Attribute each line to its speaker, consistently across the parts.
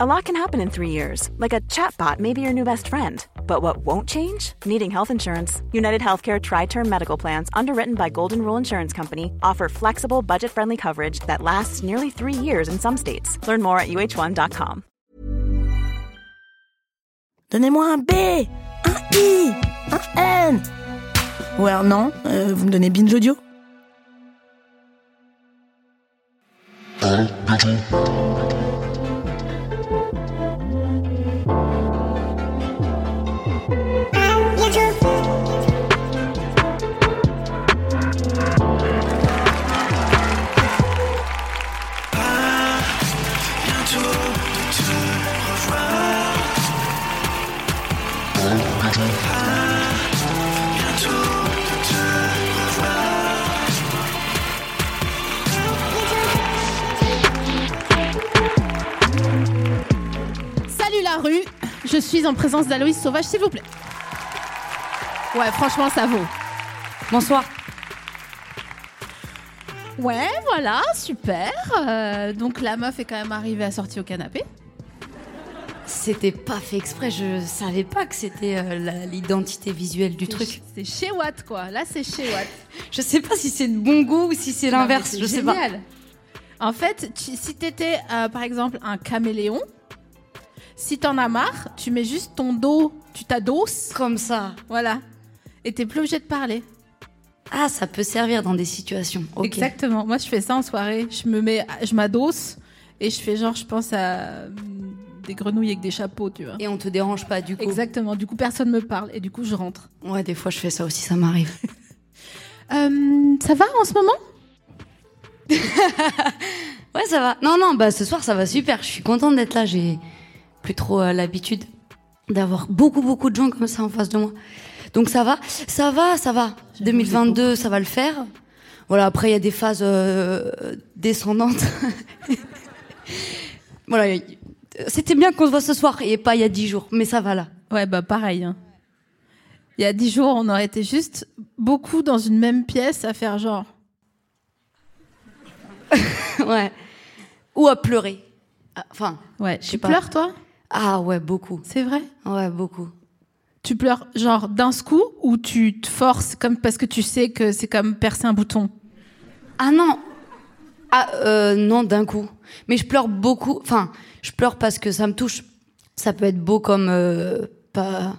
Speaker 1: A lot can happen in three years, like a chatbot may be your new best friend. But what won't change? Needing health insurance. United Healthcare Tri Term Medical Plans, underwritten by Golden Rule Insurance Company, offer flexible, budget friendly coverage that lasts nearly three years in some states. Learn more at uh1.com.
Speaker 2: Donnez-moi un B, un I, un N. Ou alors non, euh, vous me donnez Binge Audio.
Speaker 3: Salut la rue, je suis en présence d'Aloïs Sauvage, s'il vous plaît. Ouais, franchement, ça vaut.
Speaker 4: Bonsoir.
Speaker 3: Ouais, voilà, super. Euh, donc la meuf est quand même arrivée assortie au canapé.
Speaker 4: C'était pas fait exprès, je savais pas que c'était euh, la- l'identité visuelle du truc.
Speaker 3: C'est chez Watt, quoi. Là, c'est chez Watt.
Speaker 4: Je sais pas si c'est de bon goût ou si c'est l'inverse, je sais pas.
Speaker 3: pas. En fait, tu- si t'étais, euh, par exemple, un caméléon, si t'en as marre, tu mets juste ton dos, tu t'adosses,
Speaker 4: Comme ça.
Speaker 3: voilà. Et t'es plus obligé de parler.
Speaker 4: Ah, ça peut servir dans des situations. Ok.
Speaker 3: Exactement. Moi, je fais ça en soirée. Je me mets, je m'adosse et je fais genre, je pense à euh, des grenouilles avec des chapeaux, tu vois.
Speaker 4: Et on te dérange pas du coup.
Speaker 3: Exactement. Du coup, personne me parle et du coup, je rentre.
Speaker 4: Ouais, des fois je fais ça aussi, ça m'arrive.
Speaker 3: Euh, ça va en ce moment
Speaker 4: Ouais, ça va. Non, non, bah ce soir ça va super. Je suis contente d'être là. J'ai plus trop euh, l'habitude d'avoir beaucoup, beaucoup de gens comme ça en face de moi. Donc ça va, ça va, ça va. 2022, ça va le faire. Voilà, après il y a des phases euh, descendantes. voilà, y- c'était bien qu'on se voit ce soir et pas il y a dix jours, mais ça va là.
Speaker 3: Ouais, bah pareil. hein. Il y a dix jours, on aurait été juste beaucoup dans une même pièce à faire genre.
Speaker 4: ouais. Ou à pleurer. Ah, Enfin,
Speaker 3: Ouais.
Speaker 4: Je sais
Speaker 3: Tu
Speaker 4: pas.
Speaker 3: pleures toi
Speaker 4: ah ouais, beaucoup.
Speaker 3: C'est vrai.
Speaker 4: Ouais, beaucoup.
Speaker 3: Tu pleures genre d'un ce coup ou tu te forces comme parce que tu sais que c'est comme percer un bouton.
Speaker 4: Ah non Ah euh, non, d'un coup. Mais je pleure beaucoup. Enfin, je pleure parce que ça me touche. Ça peut être beau comme euh, pas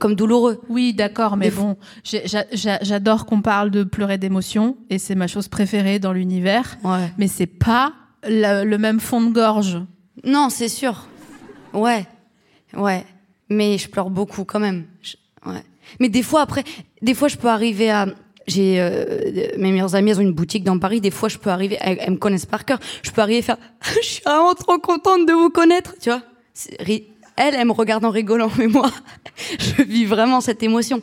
Speaker 4: comme douloureux.
Speaker 3: Oui, d'accord, mais
Speaker 4: Des
Speaker 3: bon, j'ai- j'a- j'a- j'adore qu'on parle de pleurer d'émotion, et c'est ma chose préférée dans l'univers,
Speaker 4: Ouais.
Speaker 3: mais c'est pas le, le même fond de gorge.
Speaker 4: Non, c'est sûr. Ouais. Ouais. Mais je pleure beaucoup quand même. Je- ouais. Mais des fois après, des fois je peux arriver à j'ai euh, mes meilleures amies elles ont une boutique dans Paris. Des fois je peux arriver, elles, elles me connaissent par cœur. Je peux arriver et faire. Je suis vraiment trop contente de vous connaître, tu vois. C'est ri- Elle, elle me regarde en rigolant, mais moi, je vis vraiment cette émotion.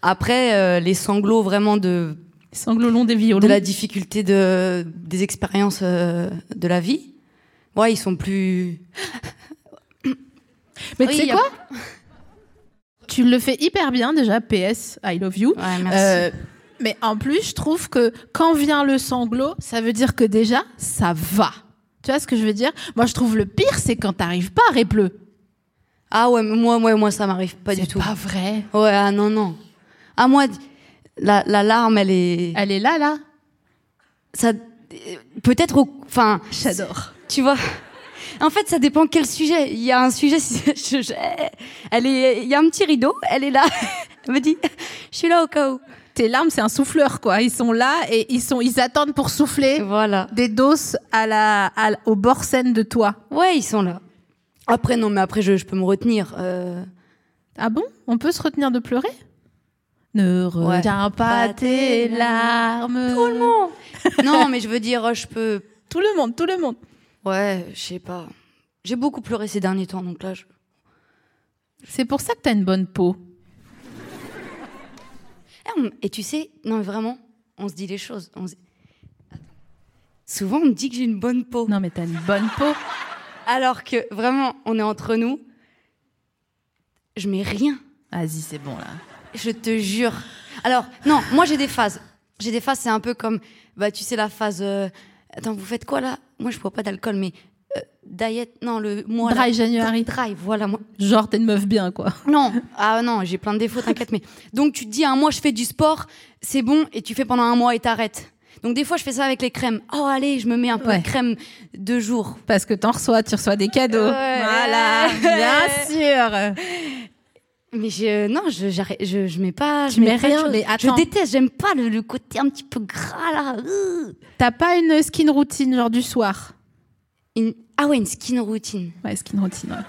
Speaker 4: Après, euh, les sanglots vraiment de
Speaker 3: Sanglots longs des violons.
Speaker 4: de la difficulté de, des expériences euh, de la vie. Ouais, ils sont plus.
Speaker 3: Mais tu
Speaker 4: Oui,
Speaker 3: sais
Speaker 4: y a-
Speaker 3: quoi Tu le fais hyper bien déjà, PS, I love you.
Speaker 4: Ouais,
Speaker 3: Euh, mais en plus, je trouve que quand vient le sanglot, ça veut dire que déjà, ça va. Tu vois ce que je veux dire Moi, je trouve le pire, c'est quand t'arrives pas, répleu.
Speaker 4: Ah ouais, mais moi, moi, moi, ça m'arrive pas du
Speaker 3: C'est
Speaker 4: tout.
Speaker 3: pas vrai.
Speaker 4: Ouais, ah non, non. Ah moi, la, la larme, elle est.
Speaker 3: Elle est là, là.
Speaker 4: Ça, euh, peut-être, au- enfin,
Speaker 3: J'adore.
Speaker 4: tu vois. En fait, ça dépend quel sujet. Il y a un sujet, si- je- je- elle est, il y a un petit rideau, elle est là. Elle me dit, je suis là au cas où.
Speaker 3: Tes larmes, c'est un souffleur, quoi. Ils sont là et ils, sont, ils attendent pour souffler
Speaker 4: Voilà.
Speaker 3: des doses à la, à l- au bord scène de toi.
Speaker 4: Ouais, ils sont là. Après, non, mais après, je, je peux me retenir. euh,
Speaker 3: Ah bon On peut se retenir de pleurer Ne
Speaker 4: Ouais.
Speaker 3: retiens pas
Speaker 4: Pas tes
Speaker 3: tes larmes. Tout le monde.
Speaker 4: non, mais je veux dire, je peux.
Speaker 3: Tout le monde, tout le monde.
Speaker 4: Ouais, je sais pas. J'ai beaucoup pleuré ces derniers temps, donc là, je.
Speaker 3: C'est pour ça que t'as une bonne peau.
Speaker 4: Eh, on- Et tu sais, non mais vraiment, on se dit les choses. on se- Attends. Souvent, on me dit que j'ai une bonne peau.
Speaker 3: Non, mais t'as une bonne peau.
Speaker 4: Alors que vraiment, on est entre nous. Je mets rien.
Speaker 3: Vas-y, c'est bon, là.
Speaker 4: Je te jure. Alors, non, moi j'ai des phases. J'ai des phases, c'est un peu comme, bah, tu sais, la phase. euh, Attends, vous faites quoi là Moi, je bois pas d'alcool, mais euh, diet, non, le mois.
Speaker 3: Dry January.
Speaker 4: Dry, voilà. moi-
Speaker 3: Genre, t'es une meuf bien, quoi.
Speaker 4: Non, ah non, j'ai plein de défauts, t'inquiète. Mais donc tu te dis un mois je fais du sport, c'est bon, et tu fais pendant un mois et t'arrêtes. Donc des fois je fais ça avec les crèmes. Oh allez, je me mets un peu
Speaker 3: Ouais.
Speaker 4: de crème deux jours.
Speaker 3: Parce que t'en reçois, tu reçois des cadeaux.
Speaker 4: Ouais.
Speaker 3: Voilà, bien sûr.
Speaker 4: Mais je, non, je, j'arrête- je, je mets pas.
Speaker 3: Tu
Speaker 4: je
Speaker 3: mets
Speaker 4: pas
Speaker 3: rien,
Speaker 4: de choses.
Speaker 3: mais
Speaker 4: je
Speaker 3: attends.
Speaker 4: déteste. J'aime pas le, le côté un petit peu gras là. euh.
Speaker 3: T'as pas une skin routine, genre du soir
Speaker 4: Une- ah ouais, une skin routine.
Speaker 3: Ouais, skin routine, ouais.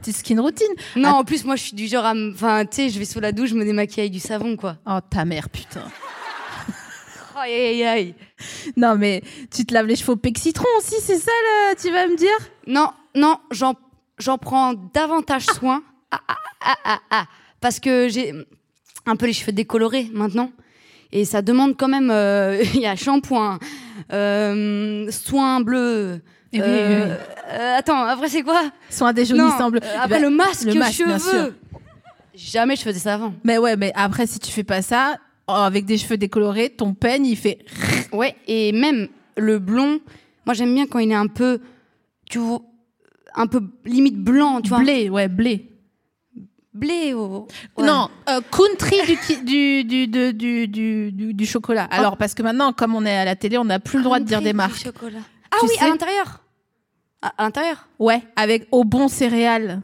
Speaker 3: Petite skin routine
Speaker 4: Non, en plus moi je suis du genre, à m- enfin tu sais, je vais sous la douche, je me démaquille avec du savon quoi.
Speaker 3: Oh, ta mère, putain.
Speaker 4: Aïe aïe aïe.
Speaker 3: Non, mais tu te laves les cheveux au pec citron aussi, c'est ça, là, tu vas me dire
Speaker 4: Non, non, j'en, j'en prends davantage soin. Ah, ah, ah, ah, ah. parce que j'ai un peu les cheveux décolorés maintenant. Et ça demande quand même. euh, Il y a shampoing, euh, soin bleu.
Speaker 3: Eh oui, oui, oui.
Speaker 4: euh, attends, après c'est quoi
Speaker 3: Soin des jaunis
Speaker 4: Non,
Speaker 3: semble. Bah,
Speaker 4: euh, Après le masque,
Speaker 3: ben, bien sûr.
Speaker 4: cheveux. Jamais je faisais ça avant.
Speaker 3: Mais ouais, mais après, si tu fais pas ça, oh, avec des cheveux décolorés, ton peigne, il fait.
Speaker 4: Ouais, et même le blond, moi j'aime bien quand il est un peu. Tu vois, un peu limite blanc, tu vois.
Speaker 3: blé, ouais, blé.
Speaker 4: Blé ou. ouais.
Speaker 3: Non, euh, country du, qui- du, du, de- du, du, du, du chocolat. Alors, parce que maintenant, comme on est à la télé, on n'a plus le droit de
Speaker 4: Oh.
Speaker 3: dire
Speaker 4: Country
Speaker 3: des
Speaker 4: du
Speaker 3: marques.
Speaker 4: chocolat. Ah
Speaker 3: Tu
Speaker 4: oui,
Speaker 3: sais-
Speaker 4: à l'intérieur. À, à l'intérieur.
Speaker 3: Ouais, avec au bon céréales.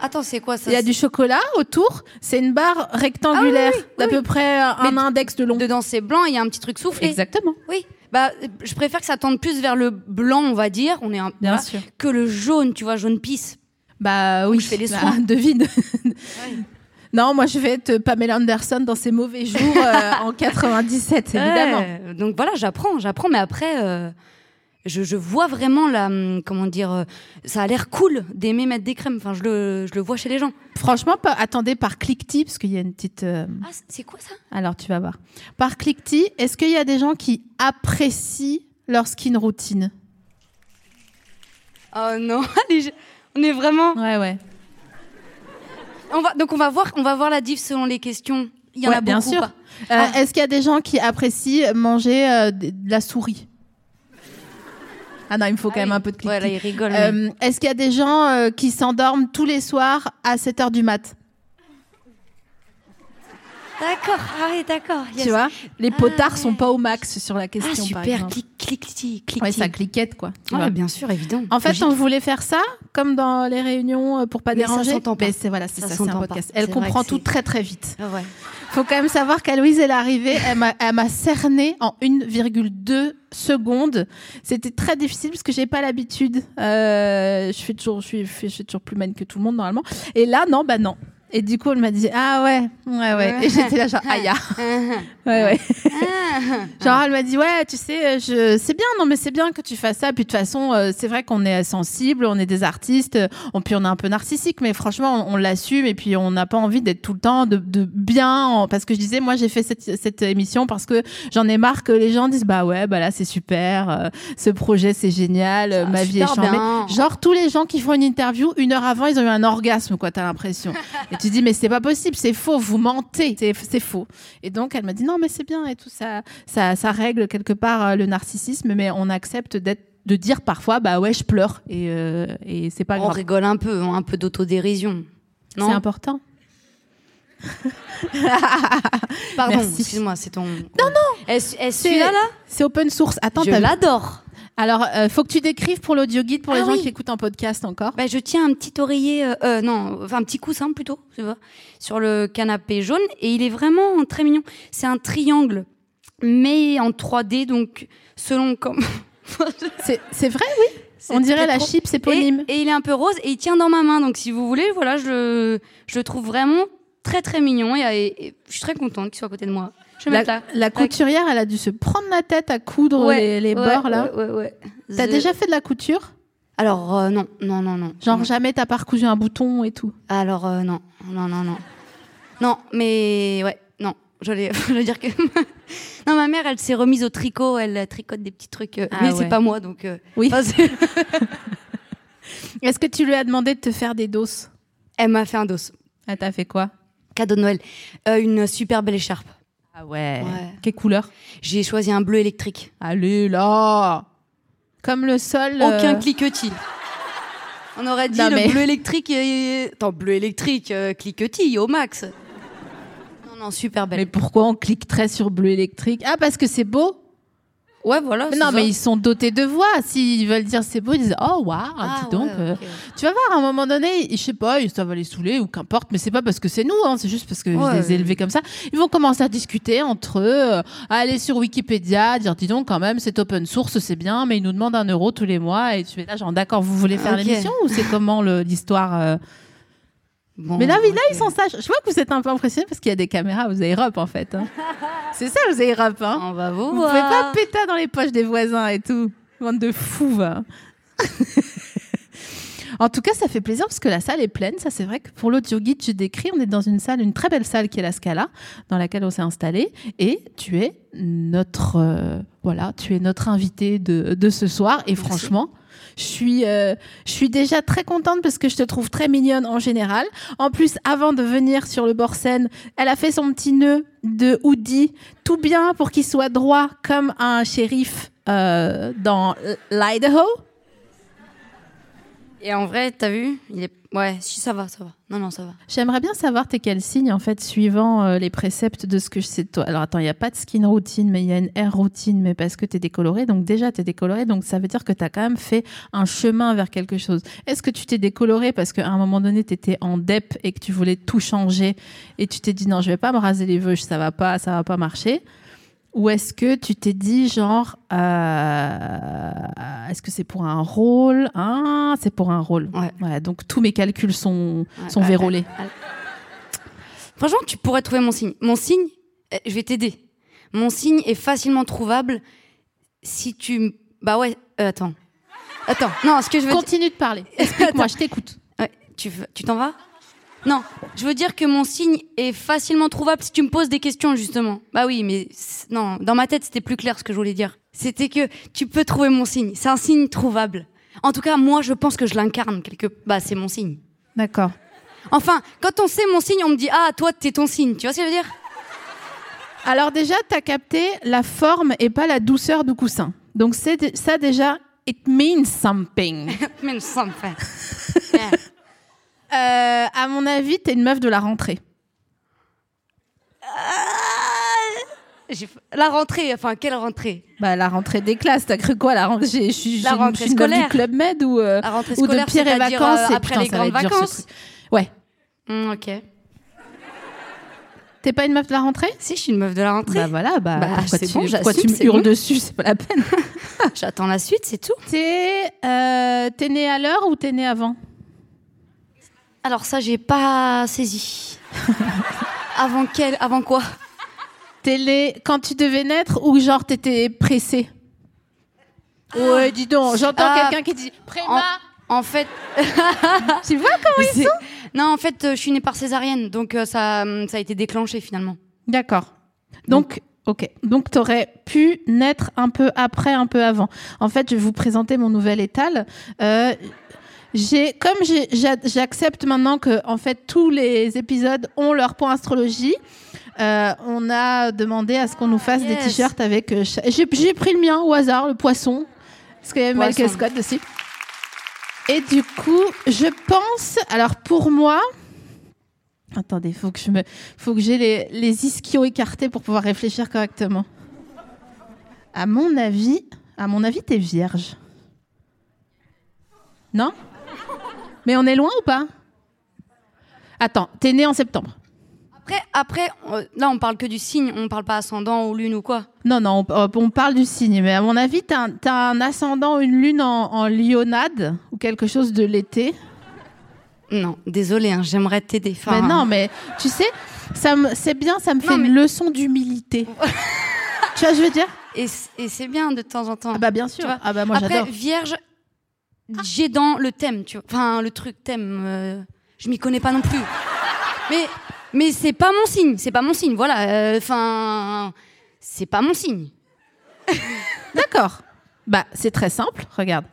Speaker 4: Attends, c'est quoi ça
Speaker 3: Il y a du chocolat autour. C'est une barre rectangulaire
Speaker 4: Ah oui, oui, oui,
Speaker 3: d'à
Speaker 4: oui,
Speaker 3: peu près euh, un
Speaker 4: Mais-
Speaker 3: index de long.
Speaker 4: Dedans, c'est blanc, il y a un petit truc soufflé.
Speaker 3: Exactement.
Speaker 4: Oui. Bah, euh, je préfère que ça tende plus vers le blanc, on va dire. On est un...
Speaker 3: Bien
Speaker 4: voilà,
Speaker 3: sûr.
Speaker 4: Que le jaune, tu vois, jaune pisse.
Speaker 3: Bah oui,
Speaker 4: je fais les
Speaker 3: bah,
Speaker 4: soins.
Speaker 3: devine. Non, moi je vais être Pamela Anderson dans ses mauvais jours euh, en 97, évidemment.
Speaker 4: Ouais. Donc voilà, j'apprends, j'apprends, mais après. euh, Je, je vois vraiment la hum, comment dire euh, ça a l'air cool d'aimer mettre des crèmes enfin je le, je le vois chez les gens
Speaker 3: Franchement, pas- attendez par cliquetis, parce qu'il y a une petite. euh,
Speaker 4: ah c'est- c'est quoi ça
Speaker 3: Alors, tu vas voir. Par cliquetis, est-ce qu'il y a des gens qui apprécient leur skin routine
Speaker 4: oh non les gens- on est vraiment
Speaker 3: Ouais, ouais.
Speaker 4: On va, donc on va voir, on va voir la diff selon les questions. Il y en
Speaker 3: Ouais,
Speaker 4: a beaucoup.
Speaker 3: bien sûr.
Speaker 4: ou pas
Speaker 3: Euh,
Speaker 4: Ah.
Speaker 3: Est-ce qu'il y a des gens qui apprécient manger euh, de de la souris Ah non, il me faut quand
Speaker 4: Ah oui.
Speaker 3: même un peu de cliquetis.
Speaker 4: Ouais, là, ils rigolent. mais-
Speaker 3: Euh, Est-ce qu'il y a des gens euh, qui s'endorment tous les soirs à 7h du mat
Speaker 4: D'accord. Ah oui, d'accord. yes.
Speaker 3: Tu vois Les
Speaker 4: Ah,
Speaker 3: potards
Speaker 4: ouais.
Speaker 3: sont pas au max sur la question.
Speaker 4: Ah
Speaker 3: par
Speaker 4: super.
Speaker 3: exemple.
Speaker 4: Clic, clic, clic, clic.
Speaker 3: Ouais,
Speaker 4: clic. Ah,
Speaker 3: ça cliquette, quoi. tu
Speaker 4: Ouais,
Speaker 3: vois.
Speaker 4: bien sûr, évident.
Speaker 3: En fait,
Speaker 4: Logique.
Speaker 3: on voulait faire ça, comme dans les réunions, euh, pour pas
Speaker 4: Mais ça
Speaker 3: déranger.
Speaker 4: s'entend pas.
Speaker 3: Mais c'est voilà, c'est ça,
Speaker 4: Ça
Speaker 3: c'est un
Speaker 4: s'entend pas.
Speaker 3: podcast. Elle
Speaker 4: C'est vrai
Speaker 3: comprend
Speaker 4: que
Speaker 3: tout
Speaker 4: c'est-
Speaker 3: très très vite.
Speaker 4: Ah ouais.
Speaker 3: Faut quand même savoir qu'à Louise, elle est arrivée, elle m'a- elle m'a cernée en 1,2 secondes. C'était très difficile parce que j'ai pas l'habitude. Euh, je suis toujours, je suis, je suis toujours plus manne que tout le monde normalement. Et là, non, bah non. Et du coup, elle m'a dit ah ouais, ouais ouais. Et j'étais là genre ah ya. ouais ouais. Genre,
Speaker 4: Ah.
Speaker 3: elle m'a dit, ouais, tu sais, je... c'est bien, non, mais c'est bien que tu fasses ça. Puis de toute façon, euh, c'est vrai qu'on est sensible, on est des artistes, euh, on, puis on est un peu narcissique, mais franchement, on, on l'assume et puis on n'a pas envie d'être tout le temps de, de bien. en- Parce que je disais, moi, j'ai fait cette, cette émission parce que j'en ai marre que les gens disent, bah ouais, bah là, c'est super, euh, ce projet, c'est génial, euh,
Speaker 4: Ah,
Speaker 3: ma vie est
Speaker 4: super
Speaker 3: chambée.
Speaker 4: bien.
Speaker 3: Genre, tous les gens qui font une interview, une heure avant, ils ont eu un orgasme, quoi, t'as l'impression. et tu dis, mais c'est pas possible, c'est faux, vous mentez, c'est c'est faux. Et donc, elle m'a dit, non, mais c'est bien et tout, ça, ça, ça règle quelque part euh, le narcissisme, mais on accepte d'être de dire parfois bah ouais je pleure et, euh, et c'est pas
Speaker 4: Ah, On
Speaker 3: grave
Speaker 4: rigole un peu, hein, un peu d'autodérision.
Speaker 3: c'est
Speaker 4: Non.
Speaker 3: important
Speaker 4: Pardon.
Speaker 3: Merci.
Speaker 4: Excuse-moi, c'est ton. Non non. Est-ce est-ce celui-là là
Speaker 3: c'est open source attends
Speaker 4: Je
Speaker 3: t'as-
Speaker 4: l'adore.
Speaker 3: alors euh, faut que tu décrives pour l'audio guide pour les
Speaker 4: Ah
Speaker 3: gens
Speaker 4: oui.
Speaker 3: qui écoutent en podcast encore
Speaker 4: Bah, je tiens un petit oreiller, euh, euh, non, enfin un petit coussin plutôt, tu vois, sur le canapé jaune. Et il est vraiment très mignon. C'est un triangle, mais en 3D, donc selon comme.
Speaker 3: c'est c'est vrai oui on dirait la
Speaker 4: chip
Speaker 3: chips éponyme
Speaker 4: Et, et il est un peu rose et il tient dans ma main. Donc si vous voulez, voilà, je, le- je le trouve vraiment très très mignon. Et, et- et je suis très contente qu'il soit à côté de moi. Je vais mettre
Speaker 3: la,
Speaker 4: là.
Speaker 3: la couturière elle a dû se prendre la tête à coudre
Speaker 4: Ouais,
Speaker 3: les, les
Speaker 4: ouais,
Speaker 3: bords là
Speaker 4: ouais, ouais, ouais.
Speaker 3: T'as
Speaker 4: The-
Speaker 3: déjà fait de la couture
Speaker 4: Alors euh, non, non, non, non.
Speaker 3: Genre jamais t'as pas recousu un bouton et tout.
Speaker 4: Alors euh, non, non, non, non. Non, mais ouais, non. J'allais j'allais dire que. non, ma mère, elle s'est remise au tricot, elle euh, tricote des petits trucs. euh,
Speaker 3: Ah
Speaker 4: mais
Speaker 3: ouais.
Speaker 4: c'est pas moi, donc. euh,
Speaker 3: Oui.
Speaker 4: enfin, c'est-
Speaker 3: Est-ce que tu lui as demandé de te faire des doses
Speaker 4: elle m'a fait un dos.
Speaker 3: Elle t'a Ah, fait quoi
Speaker 4: Cadeau de Noël. Euh, une super belle écharpe.
Speaker 3: Ah ouais.
Speaker 4: Ouais.
Speaker 3: Quelle couleur
Speaker 4: J'ai choisi un bleu électrique.
Speaker 3: Allez là Comme le sol. euh,
Speaker 4: Aucun cliquetis. On aurait dit
Speaker 3: Non,
Speaker 4: le
Speaker 3: mais-
Speaker 4: bleu électrique. et- Attends, bleu électrique, euh, cliquetis au max. Non, non, super belle.
Speaker 3: Mais pourquoi on clique très sur bleu électrique Ah, parce que c'est beau
Speaker 4: Ouais, voilà.
Speaker 3: Mais
Speaker 4: Ah, c'est
Speaker 3: Non,
Speaker 4: ça.
Speaker 3: mais ils sont dotés de voix. S'ils veulent dire c'est beau, ils disent Oh, waouh,
Speaker 4: Ah,
Speaker 3: dis donc.
Speaker 4: ouais,
Speaker 3: euh,
Speaker 4: ok.
Speaker 3: Tu vas voir, à un moment donné, ils- je sais pas, ils- ça va les saouler ou qu'importe, mais c'est pas parce que c'est nous, hein, c'est juste parce que je
Speaker 4: Ouais.
Speaker 3: les ai élevés comme ça. Ils vont commencer à discuter entre eux, euh, à aller sur Wikipédia, dire dis donc quand même, c'est open source, c'est bien, mais ils nous demandent un euro tous les mois et tu fais là, genre d'accord, vous voulez faire
Speaker 4: Ok.
Speaker 3: l'émission ou c'est comment le- l'histoire euh
Speaker 4: Bon,
Speaker 3: Mais là, oui, là,
Speaker 4: ok.
Speaker 3: ils sont sages. Je vois que vous êtes un peu impressionnés parce qu'il y a des caméras aux Europe en fait. hein. c'est ça aux Europe, hein.
Speaker 4: On va vous
Speaker 3: Vous
Speaker 4: voir.
Speaker 3: pouvez pas péter dans les poches des voisins et tout. Bande de fous, va. En tout cas, ça fait plaisir parce que la salle est pleine. Ça, c'est vrai que pour l'audio guide, tu décris, on est dans une salle, une très belle salle qui est la Scala, dans laquelle on s'est installé. Et tu es notre, euh, voilà, tu es notre invité de, de ce soir. Et franchement, je suis, euh, je suis déjà très contente parce que je te trouve très mignonne en général. En plus, avant de venir sur le bord scène, elle a fait son petit nœud de hoodie, tout bien pour qu'il soit droit comme un shérif euh, dans l'Idaho.
Speaker 4: Et en vrai, t'as vu Il est. Ouais, si ça va, ça va. Non, non, ça va.
Speaker 3: J'aimerais bien savoir t'es quel signe en fait suivant euh, les préceptes de ce que je sais de toi. Alors attends, il n'y a pas de skin routine, mais il y a une air routine, mais parce que t'es décoloré, donc déjà t'es décoloré, donc ça veut dire que t'as quand même fait un chemin vers quelque chose. Est-ce que tu t'es décoloré parce qu'à un moment donné t'étais en dep et que tu voulais tout changer et tu t'es dit non je vais pas me raser les veuches, ça va pas, ça va pas marcher. Ou est-ce que tu t'es dit genre euh, est-ce que c'est pour un rôle Ah, c'est pour un rôle.
Speaker 4: Ouais.
Speaker 3: donc tous mes calculs sont
Speaker 4: Ouais,
Speaker 3: sont
Speaker 4: ouais,
Speaker 3: vérolés.
Speaker 4: Franchement, tu pourrais trouver mon signe. Mon signe, euh, je vais t'aider. Mon signe est facilement trouvable si tu. m- Bah ouais, euh, attends. Attends, non, ce que je veux dire.
Speaker 3: Continue de parler. Explique-moi, je t'écoute.
Speaker 4: Ouais, tu veux- tu t'en vas Non, je veux dire que mon signe est facilement trouvable si tu me poses des questions, justement. Bah oui, mais c'est- non, dans ma tête, c'était plus clair ce que je voulais dire. C'était que tu peux trouver mon signe. C'est un signe trouvable. En tout cas, moi, je pense que je l'incarne quelque. Bah, c'est mon signe.
Speaker 3: D'accord.
Speaker 4: Enfin, quand on sait mon signe, on me dit Ah, toi, t'es ton signe. Tu vois ce que je veux dire
Speaker 3: Alors déjà, t'as capté la forme et pas la douceur du coussin. Donc c'est dé- ça déjà, it means something.
Speaker 4: Mais sans me faire.
Speaker 3: Euh, à mon avis, t'es une meuf de la rentrée.
Speaker 4: J'ai f- La rentrée, enfin, quelle rentrée
Speaker 3: Bah la rentrée des classes, t'as cru quoi la rentrée j'ai- Je suis
Speaker 4: La
Speaker 3: je- je
Speaker 4: rentrée
Speaker 3: suis une meuf du
Speaker 4: scolaire.
Speaker 3: club med ou euh,
Speaker 4: La rentrée
Speaker 3: ou de
Speaker 4: scolaire,
Speaker 3: pire et
Speaker 4: c'est-à-dire,
Speaker 3: vacances
Speaker 4: euh,
Speaker 3: et
Speaker 4: après
Speaker 3: putain,
Speaker 4: les
Speaker 3: ça va être
Speaker 4: grandes
Speaker 3: dur, ce
Speaker 4: vacances.
Speaker 3: truc. Ouais.
Speaker 4: Hmm, Ok.
Speaker 3: T'es pas une meuf de la rentrée
Speaker 4: Si, je suis une meuf de la rentrée.
Speaker 3: Bah voilà, bah,
Speaker 4: Bah,
Speaker 3: pourquoi
Speaker 4: c'est
Speaker 3: tu,
Speaker 4: bon,
Speaker 3: pourquoi tu
Speaker 4: j'assume,
Speaker 3: me
Speaker 4: c'est
Speaker 3: hurles
Speaker 4: bon.
Speaker 3: dessus, c'est pas la peine.
Speaker 4: J'attends la suite, c'est tout.
Speaker 3: T'es euh, t'es née à l'heure ou t'es née avant
Speaker 4: Alors ça, j'ai pas saisi. avant quel Avant quoi
Speaker 3: T'es les- quand tu devais naître ou genre t'étais pressée Ouais, dis donc, j'entends
Speaker 4: Ah.
Speaker 3: quelqu'un qui dit
Speaker 4: en,
Speaker 3: Préma
Speaker 4: en fait,
Speaker 3: Tu vois comment ils sont
Speaker 4: non, en fait, euh, je suis née par césarienne, donc euh, ça, hum, ça a été déclenché finalement.
Speaker 3: D'accord. Donc, ok. Donc, t'aurais pu naître un peu après, un peu avant. En fait, je vais vous présenter mon nouvel étal. Euh, j'ai, comme j'ai- j'a- j'accepte maintenant que, en fait, tous les épisodes ont leur point astrologie. euh, on a demandé à ce qu'on nous fasse des
Speaker 4: Ah, Yes.
Speaker 3: t-shirts avec. euh, cha- j'ai, j'ai pris le mien au hasard, le poisson, parce qu'il y avait Michael
Speaker 4: Poisson.
Speaker 3: Scott dessus. Et du coup, je pense. Alors pour moi, attendez, faut que je me, faut que j'ai les, les ischios écartés pour pouvoir réfléchir correctement. À mon avis, à mon avis, t'es vierge. Non Mais on est loin ou pas Attends, t'es né en septembre.
Speaker 4: Après, après, euh, là, on parle que du signe, on parle pas ascendant ou lune ou quoi.
Speaker 3: Non, non, on, on parle du signe, mais à mon avis, t'as un, t'as un ascendant, une lune en, en lionade ou quelque chose de l'été.
Speaker 4: Non, désolé, hein, j'aimerais t'aider. Enfin,
Speaker 3: Mais non, mais tu sais, ça me- c'est bien, ça me fait
Speaker 4: mais-
Speaker 3: une leçon d'humilité. tu vois, je veux dire
Speaker 4: Et, c- et c'est bien de temps en temps.
Speaker 3: Ah bah bien sûr.
Speaker 4: Tu vois,
Speaker 3: Ah bah moi
Speaker 4: Après,
Speaker 3: j'adore.
Speaker 4: vierge, j'ai dans le thème, tu vois. Enfin, le truc thème, euh, je m'y connais pas non plus. Mais, mais c'est pas mon signe, c'est pas mon signe, voilà. euh, Enfin, c'est pas mon signe.
Speaker 3: D'accord. Bah c'est très simple. Regarde,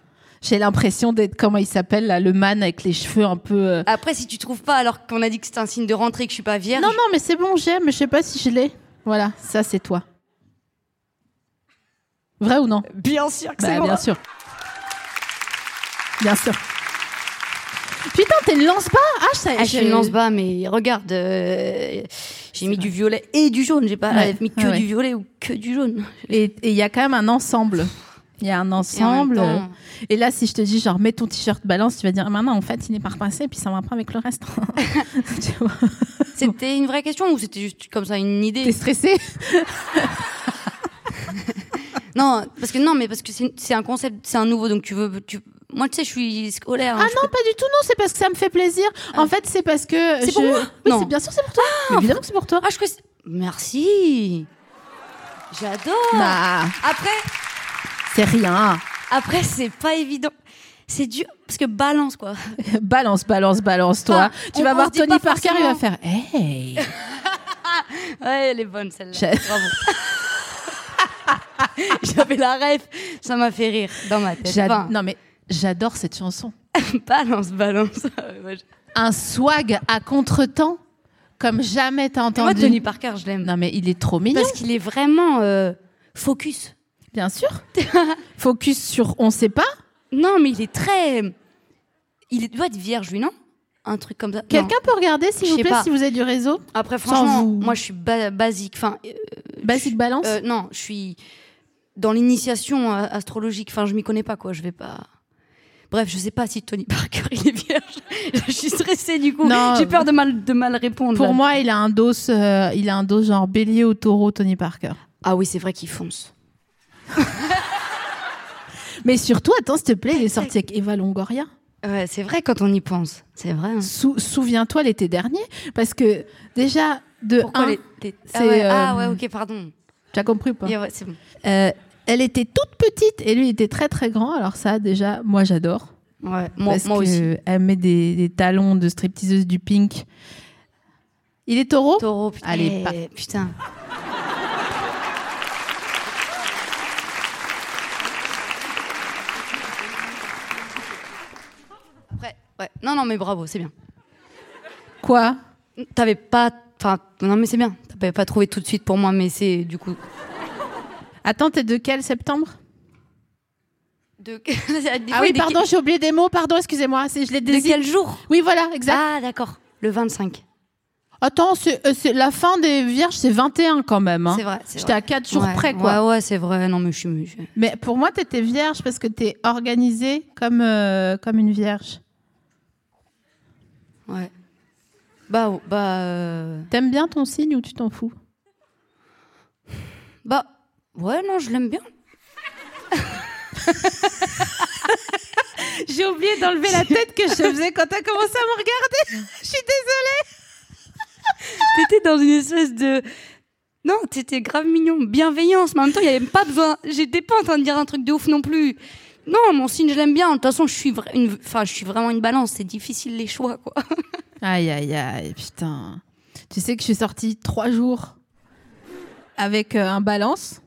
Speaker 3: j'ai l'impression d'être comment il s'appelle là, le man avec les cheveux un peu. euh,
Speaker 4: Après, si tu trouves pas, alors qu'on a dit que c'est un signe de rentrée, que je suis pas vierge.
Speaker 3: Non non, mais c'est bon, j'aime. Je sais pas si je l'ai. Voilà, ça c'est toi. Vrai ou non
Speaker 4: bien sûr que
Speaker 3: Bah, Bien sûr. bien sûr. Putain, t'es le lance-pas Ah, je savais.
Speaker 4: Ah, je ne lance pas, mais regarde, euh, j'ai mis du violet et du jaune. J'ai pas
Speaker 3: Ouais, Ah
Speaker 4: mis que
Speaker 3: ouais, ouais.
Speaker 4: du violet ou que du jaune.
Speaker 3: Et et il y a quand même un ensemble. Il y a un ensemble.
Speaker 4: temps-
Speaker 3: euh, Et, là, si je te dis, genre, mets ton t-shirt balance, tu vas dire, maintenant, en fait, il n'est pas repassé, puis ça va pas avec le reste. tu vois
Speaker 4: C'était une vraie question ou c'était juste comme ça une
Speaker 3: T'es
Speaker 4: idée
Speaker 3: stressé
Speaker 4: Non, parce que non, mais parce que c'est c'est un concept, c'est un nouveau, donc tu veux, tu- moi tu sais, je suis scolaire. hein,
Speaker 3: Ah
Speaker 4: je
Speaker 3: non, pas du tout, non, c'est parce que ça me fait plaisir. En fait, Ah. c'est parce que.
Speaker 4: C'est pour
Speaker 3: je-
Speaker 4: moi
Speaker 3: Oui,
Speaker 4: Non.
Speaker 3: c'est- bien sûr, c'est pour toi. Mais évidemment que c'est pour toi.
Speaker 4: Ah, je crois que c'est- Merci. J'adore.
Speaker 3: Bah,
Speaker 4: Après,
Speaker 3: c'est rien.
Speaker 4: après c'est pas évident. C'est dur parce que balance quoi.
Speaker 3: Balance, balance, balance, toi.
Speaker 4: Enfin,
Speaker 3: tu
Speaker 4: on-
Speaker 3: vas
Speaker 4: on
Speaker 3: voir
Speaker 4: se dit
Speaker 3: Tony
Speaker 4: pas
Speaker 3: Parker, il
Speaker 4: forcément.
Speaker 3: va faire Hey
Speaker 4: Ouais, elle est bonne celle-là.
Speaker 3: J'ai-
Speaker 4: Bravo. J'avais la ref, ça m'a fait rire dans ma tête.
Speaker 3: J'ad-
Speaker 4: Enfin,
Speaker 3: Non, mais j'adore cette chanson.
Speaker 4: balance, balance. Ouais, je-
Speaker 3: Un swag à contretemps, comme jamais t'as
Speaker 4: Moi,
Speaker 3: entendu.
Speaker 4: Tony Parker, je l'aime.
Speaker 3: Non, mais il est trop mignon.
Speaker 4: Parce qu'il est vraiment euh, focus.
Speaker 3: Bien sûr. Focus sur on sait pas.
Speaker 4: Non, mais il est très. Il est- doit être vierge, lui, non Un truc comme ça. Non.
Speaker 3: Quelqu'un peut regarder, s'il
Speaker 4: Je
Speaker 3: vous
Speaker 4: sais
Speaker 3: plaît,
Speaker 4: pas.
Speaker 3: si vous êtes du réseau
Speaker 4: Après,
Speaker 3: Sans
Speaker 4: franchement,
Speaker 3: vous-
Speaker 4: moi, je suis ba- basique. Enfin, euh,
Speaker 3: Basique Bah, balance
Speaker 4: euh, non, je suis dans l'initiation euh, astrologique. Enfin, je m'y connais pas, quoi. Je vais pas. Bref, je sais pas si Tony Parker il est vierge. je suis stressée du coup.
Speaker 3: Non.
Speaker 4: J'ai peur de mal de mal répondre.
Speaker 3: Pour
Speaker 4: là.
Speaker 3: moi, il a un dos, euh, il a un dos genre bélier au taureau, Tony Parker.
Speaker 4: Ah oui, c'est vrai qu'il fonce.
Speaker 3: Mais surtout, attends, s'il te plaît, il est sorti avec Eva Longoria.
Speaker 4: Ouais, c'est vrai quand on y pense. C'est vrai. hein.
Speaker 3: Sou- Souviens-toi l'été dernier, parce que déjà, de
Speaker 4: Pourquoi
Speaker 3: un,
Speaker 4: les- les- ah,
Speaker 3: c'est,
Speaker 4: ouais.
Speaker 3: euh,
Speaker 4: ah ouais, ok, pardon.
Speaker 3: tu as compris ou pas
Speaker 4: Yeah, ouais, c'est bon.
Speaker 3: Euh, Elle était toute petite et lui il était très très grand, alors ça, déjà, moi j'adore.
Speaker 4: Ouais, moi,
Speaker 3: parce
Speaker 4: moi
Speaker 3: que
Speaker 4: aussi.
Speaker 3: Elle met des, des talons de stripteaseuse du pink. Il est taureau
Speaker 4: Taureau, putain.
Speaker 3: Allez,
Speaker 4: Eh,
Speaker 3: pas-
Speaker 4: putain. Après, ouais. Non, non, mais bravo, c'est bien.
Speaker 3: Quoi
Speaker 4: T'avais pas. Enfin, non, mais c'est bien. T'avais pas trouvé tout de suite pour moi, mais c'est du coup.
Speaker 3: Attends, t'es de quel septembre
Speaker 4: De... Des fois,
Speaker 3: Ah oui,
Speaker 4: de-
Speaker 3: pardon, j'ai oublié des mots, pardon, excusez-moi, c'est- je les
Speaker 4: De
Speaker 3: désire.
Speaker 4: quel jour
Speaker 3: Oui, voilà, exact.
Speaker 4: Ah, d'accord. Le 25.
Speaker 3: Attends, c'est euh, c'est- la fin des Vierges, c'est 21 quand même. hein.
Speaker 4: C'est vrai. c'est
Speaker 3: J'étais
Speaker 4: vrai.
Speaker 3: à 4 jours
Speaker 4: Ouais,
Speaker 3: près, quoi.
Speaker 4: Ouais, ouais, c'est vrai. Non, mais je suis. je-
Speaker 3: Mais pour moi, t'étais Vierge parce que t'es organisée comme, euh, comme une Vierge.
Speaker 4: Ouais. Bah, oh, bah. euh,
Speaker 3: T'aimes bien ton signe ou tu t'en fous
Speaker 4: Bah, ouais, non, je l'aime bien.
Speaker 3: J'ai oublié d'enlever la tête que je faisais quand t'as commencé à me regarder. Je suis désolée.
Speaker 4: T'étais dans une espèce de. Non, t'étais grave mignon, bienveillance, mais en même temps, il n'y avait pas besoin. J'étais pas en train de dire un truc de ouf non plus. Non, mon signe, je l'aime bien. De toute façon, je suis, vra- une... enfin, je suis vraiment une balance. C'est difficile les choix, quoi.
Speaker 3: Aïe, aïe, aïe, putain. Tu sais que je suis sortie trois jours avec euh, un balance.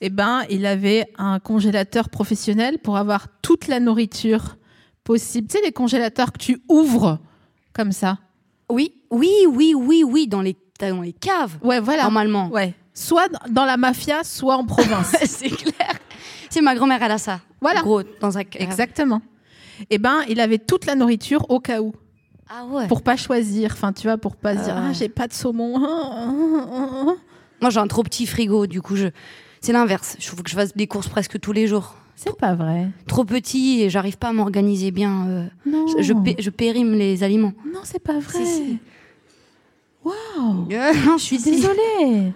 Speaker 3: Eh ben, il avait un congélateur professionnel pour avoir toute la nourriture possible. Tu sais, les congélateurs que tu ouvres comme ça.
Speaker 4: Oui, oui, oui, oui, oui, dans les, dans les caves,
Speaker 3: Ouais, voilà.
Speaker 4: normalement.
Speaker 3: Ouais. Soit d- dans la mafia, soit en province.
Speaker 4: c'est clair. C'est ma grand-mère, elle a ça.
Speaker 3: Voilà.
Speaker 4: Gros, dans sa cave.
Speaker 3: Exactement. Eh ben, il avait toute la nourriture au cas où,
Speaker 4: Ah ouais.
Speaker 3: pour pas choisir. Enfin, tu vois, pour pas se dire
Speaker 4: Ah ouais.
Speaker 3: ah j'ai pas de saumon. Ah, ah, ah, ah.
Speaker 4: Moi, j'ai un trop petit frigo, du coup, je. C'est l'inverse. Je trouve que je fasse des courses presque tous les jours.
Speaker 3: C'est pas vrai.
Speaker 4: Trop petit et j'arrive pas à m'organiser bien. euh,
Speaker 3: Non.
Speaker 4: je- je pé- je périme les aliments.
Speaker 3: Non, c'est pas vrai.
Speaker 4: Si, si.
Speaker 3: Waouh.
Speaker 4: Euh, non, je suis désolée.
Speaker 3: Désolée.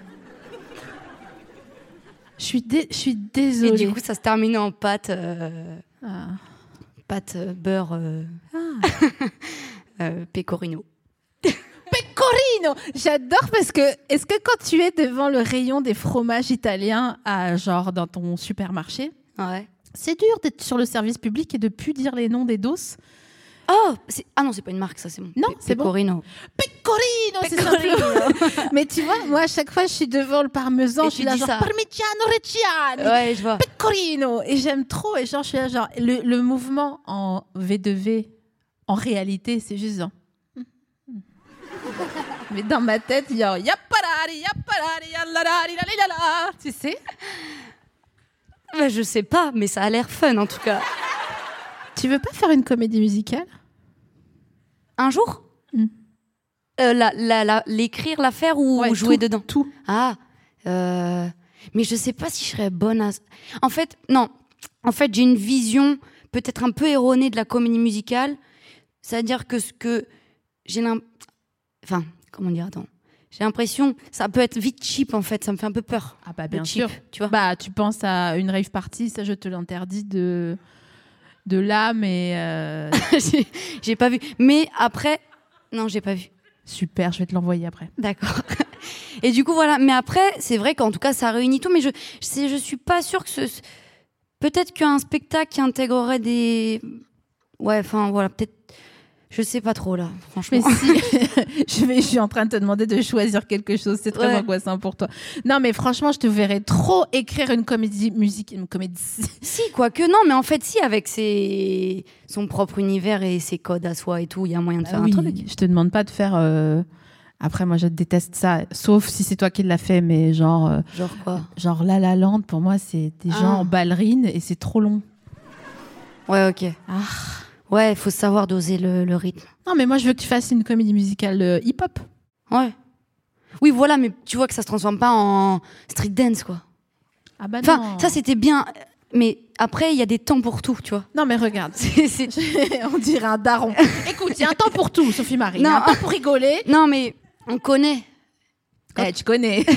Speaker 3: Je suis dé- je suis
Speaker 4: Et
Speaker 3: désolée.
Speaker 4: du coup, ça se terminait en pâte, euh,
Speaker 3: Ah.
Speaker 4: pâte euh, beurre euh,
Speaker 3: Ah.
Speaker 4: euh, pecorino.
Speaker 3: Pecorino J'adore parce que est-ce que quand tu es devant le rayon des fromages italiens à genre dans ton supermarché,
Speaker 4: Ouais.
Speaker 3: C'est dur d'être sur le service public et de plus dire les noms des doses.
Speaker 4: Oh, c'est- ah non, c'est pas une marque, ça, c'est bon.
Speaker 3: Non,
Speaker 4: Pe-
Speaker 3: c'est bon.
Speaker 4: Pecorino.
Speaker 3: Pecorino, c'est
Speaker 4: Pecorino.
Speaker 3: simplement. Mais tu vois, moi, à chaque fois, je suis devant le parmesan,
Speaker 4: Et
Speaker 3: je suis
Speaker 4: tu
Speaker 3: là
Speaker 4: dis
Speaker 3: genre
Speaker 4: ça.
Speaker 3: parmigiano reggiano,
Speaker 4: Ouais, je vois.
Speaker 3: pecorino, et j'aime trop. Et genre, je suis là genre le, le mouvement en V2V, en réalité, c'est juste genre. hmm. Mais dans ma tête, il y a yapparari, yapparari, yallarari, lalalala. Tu sais
Speaker 4: Bah, je sais pas, mais ça a l'air fun en tout cas.
Speaker 3: Tu veux pas faire une comédie musicale
Speaker 4: Un jour
Speaker 3: Mm.
Speaker 4: Euh, la- la- la- L'écrire, la faire ou
Speaker 3: Ouais,
Speaker 4: jouer
Speaker 3: tout,
Speaker 4: dedans
Speaker 3: Tout.
Speaker 4: Ah, euh, mais je sais pas si je serais bonne à. En fait, non. En fait, j'ai une vision peut-être un peu erronée de la comédie musicale. C'est-à-dire que ce que j'ai l'im- Enfin, comment dire, attends. J'ai l'impression, ça peut être vite cheap en fait, ça me fait un peu peur.
Speaker 3: Ah bah
Speaker 4: le
Speaker 3: bien
Speaker 4: cheap,
Speaker 3: sûr.
Speaker 4: Tu vois
Speaker 3: Bah tu penses à une rave party, ça je te l'interdis de de là, mais euh,
Speaker 4: J'ai- j'ai pas vu. Mais après, non, j'ai pas vu.
Speaker 3: super, je vais te l'envoyer après.
Speaker 4: D'accord. Et du coup, voilà. Mais après, c'est vrai qu'en tout cas, ça réunit tout. Mais je je, sais- je suis pas sûre que ce. ce- Peut-être qu'un spectacle qui intégrerait des. Ouais, enfin, voilà. Peut-être. Je sais pas trop, là, franchement.
Speaker 3: Mais si, je, vais, je suis en train de te demander de choisir quelque chose. C'est très
Speaker 4: Ouais.
Speaker 3: angoissant pour toi. Non, mais franchement, je te verrais trop écrire une comédie musique, une comédie.
Speaker 4: Si, quoique, non, mais en fait, si, avec ses... son propre univers et ses codes à soi et tout, il y a moyen de faire
Speaker 3: Ah oui,
Speaker 4: un truc.
Speaker 3: Je te demande pas de faire. euh, Après, moi, je déteste ça. Sauf si c'est toi qui l'as fait, mais genre, euh,
Speaker 4: Genre quoi
Speaker 3: genre La La Land, pour moi, c'est des
Speaker 4: Ah.
Speaker 3: gens en ballerine et c'est trop long.
Speaker 4: Ouais, ok.
Speaker 3: Ah.
Speaker 4: Ouais, il faut savoir doser le, le rythme.
Speaker 3: Non, mais moi, je veux que tu fasses une comédie musicale euh, hip-hop.
Speaker 4: Ouais. Oui, voilà, mais tu vois que ça se transforme pas en street dance, quoi.
Speaker 3: Ah bah
Speaker 4: Enfin,
Speaker 3: non.
Speaker 4: ça c'était bien, mais après il y a des temps pour tout, tu vois.
Speaker 3: Non, mais regarde.
Speaker 4: C'est- c'est-
Speaker 3: On dirait un daron. Écoute, il y a un temps pour tout, Sophie Marie. Il y a
Speaker 4: Non.
Speaker 3: un temps pour rigoler.
Speaker 4: Non, mais on connaît.
Speaker 3: Eh, tu connais.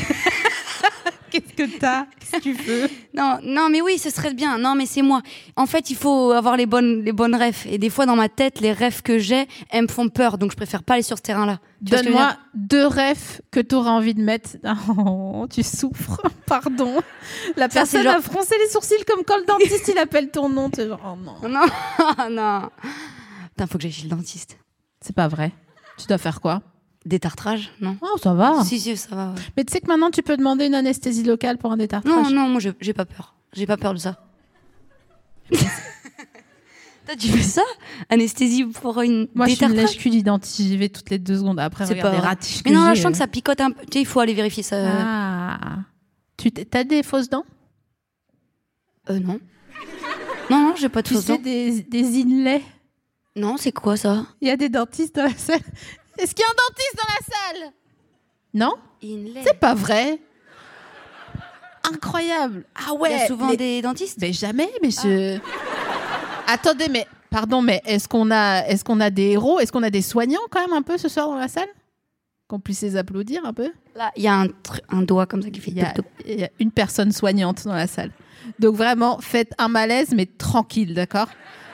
Speaker 3: Qu'est-ce que t'as Qu'est-ce que tu veux
Speaker 4: Non, non, mais oui, ce serait bien. Non, mais c'est moi. En fait, il faut avoir les bonnes, les bonnes rêves. Et des fois, dans ma tête, les rêves que j'ai, elles me font peur. Donc, je préfère pas aller sur ce terrain-là. Tu vois ce que je veux
Speaker 3: Donne-moi deux refs que t'auras envie de mettre. Oh, tu souffres, pardon. La
Speaker 4: Ça, c'est
Speaker 3: personne
Speaker 4: genre-
Speaker 3: a froncé les sourcils comme quand le dentiste il appelle ton nom. T'es genre, oh non.
Speaker 4: dire Non, non. Putain, faut que j'aille chez le dentiste.
Speaker 3: C'est pas vrai. Tu dois faire quoi
Speaker 4: Détartrage, non
Speaker 3: Oh, ça va.
Speaker 4: Si, si, ça va. ouais.
Speaker 3: Mais tu sais que maintenant tu peux demander une anesthésie locale pour un détartrage.
Speaker 4: Non, non, moi, j'ai j'ai pas peur. J'ai pas peur de ça. Toi, tu fais ça Anesthésie pour une
Speaker 3: Moi, je suis une
Speaker 4: détartrage
Speaker 3: lèche cul identique. J'y vais toutes les deux secondes. Après,
Speaker 4: C'est
Speaker 3: regarde
Speaker 4: pas
Speaker 3: les
Speaker 4: vrai.
Speaker 3: ratiches
Speaker 4: Mais non, là,
Speaker 3: j'ai,
Speaker 4: je sens que
Speaker 3: euh.
Speaker 4: ça picote un peu. Tu sais, il faut aller vérifier ça.
Speaker 3: Ah. Tu t'es- t'as des fausses dents
Speaker 4: Euh, non. Non, non, j'ai pas de
Speaker 3: Tu
Speaker 4: fausse
Speaker 3: fais
Speaker 4: dent.
Speaker 3: des, des inlays
Speaker 4: Non, c'est quoi ça
Speaker 3: Il y a des dentistes dans la salle. Est-ce qu'il y a un dentiste dans la salle Non
Speaker 4: Inlay.
Speaker 3: C'est pas vrai. Incroyable. Ah
Speaker 4: Il y a
Speaker 3: ouais.
Speaker 4: souvent
Speaker 3: les-
Speaker 4: des Ah. dentistes
Speaker 3: Mais jamais, mais je. Attendez, mais pardon, mais est-ce qu'on a, est-ce qu'on a des héros, est-ce qu'on a des soignants quand même un peu ce soir dans la salle, qu'on puisse les applaudir un peu
Speaker 4: Là, il y a un, tr- un doigt comme ça qui fait
Speaker 3: Il y, a,
Speaker 4: toc, toc.
Speaker 3: il y a une personne soignante dans la salle. Donc vraiment, faites un malaise, mais tranquille, d'accord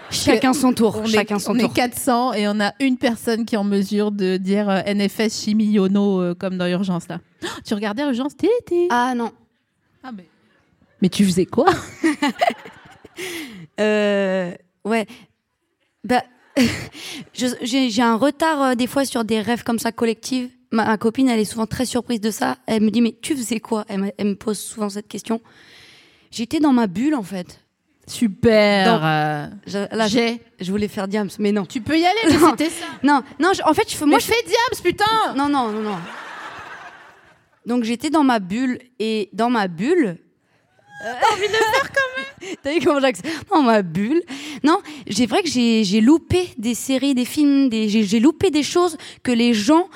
Speaker 4: Chacun son tour.
Speaker 3: on
Speaker 4: chacun
Speaker 3: est,
Speaker 4: son
Speaker 3: on est
Speaker 4: tour.
Speaker 3: 400 et on a une personne qui est en mesure de dire euh, NFS chimie yono euh, comme dans Urgence là. Oh, tu regardais Urgence Ti, ti.
Speaker 4: Ah non.
Speaker 3: Ah, mais... mais tu faisais quoi
Speaker 4: Euh, ouais. Bah, je- j'ai j'ai un retard euh, des fois sur des rêves comme ça collectives. Ma, ma copine, elle est souvent très surprise de ça. Elle me dit mais tu faisais quoi elle, me- elle me pose souvent cette question. J'étais dans ma bulle en fait.
Speaker 3: Super.
Speaker 4: Je- là, je,
Speaker 3: J'ai.
Speaker 4: je voulais faire diams, mais non.
Speaker 3: Tu peux y aller, mais
Speaker 4: Non.
Speaker 3: c'était ça.
Speaker 4: Non, non. je- en fait, je, fais- moi,
Speaker 3: Moi,
Speaker 4: je
Speaker 3: je fais diams, putain.
Speaker 4: Non, non, non, non. Donc j'étais dans ma bulle et dans ma bulle. euh, T'as envie de le faire quand même T'as vu comment j'accélère Dans ma bulle. Non, j'ai vrai que j'ai j'ai loupé des séries, des films, des, j'ai j'ai loupé des choses que les gens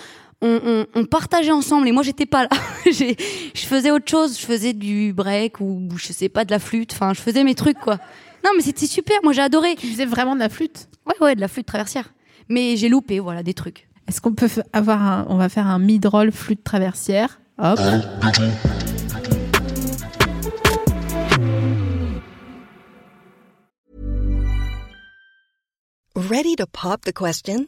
Speaker 4: ont, ont, ont partagé ensemble et moi j'étais pas là. J'ai- je faisais autre chose, je faisais du break ou je sais pas de la flûte. Enfin, je faisais mes trucs quoi. Non, mais c'était super. Moi j'ai adoré.
Speaker 3: Tu faisais vraiment de la flûte.
Speaker 4: Ouais, ouais, de la flûte traversière. Mais j'ai loupé, voilà, des trucs.
Speaker 3: Est-ce qu'on peut fa- avoir un. On va faire un mid-roll flûte traversière. Hop.
Speaker 5: Ready to pop the question?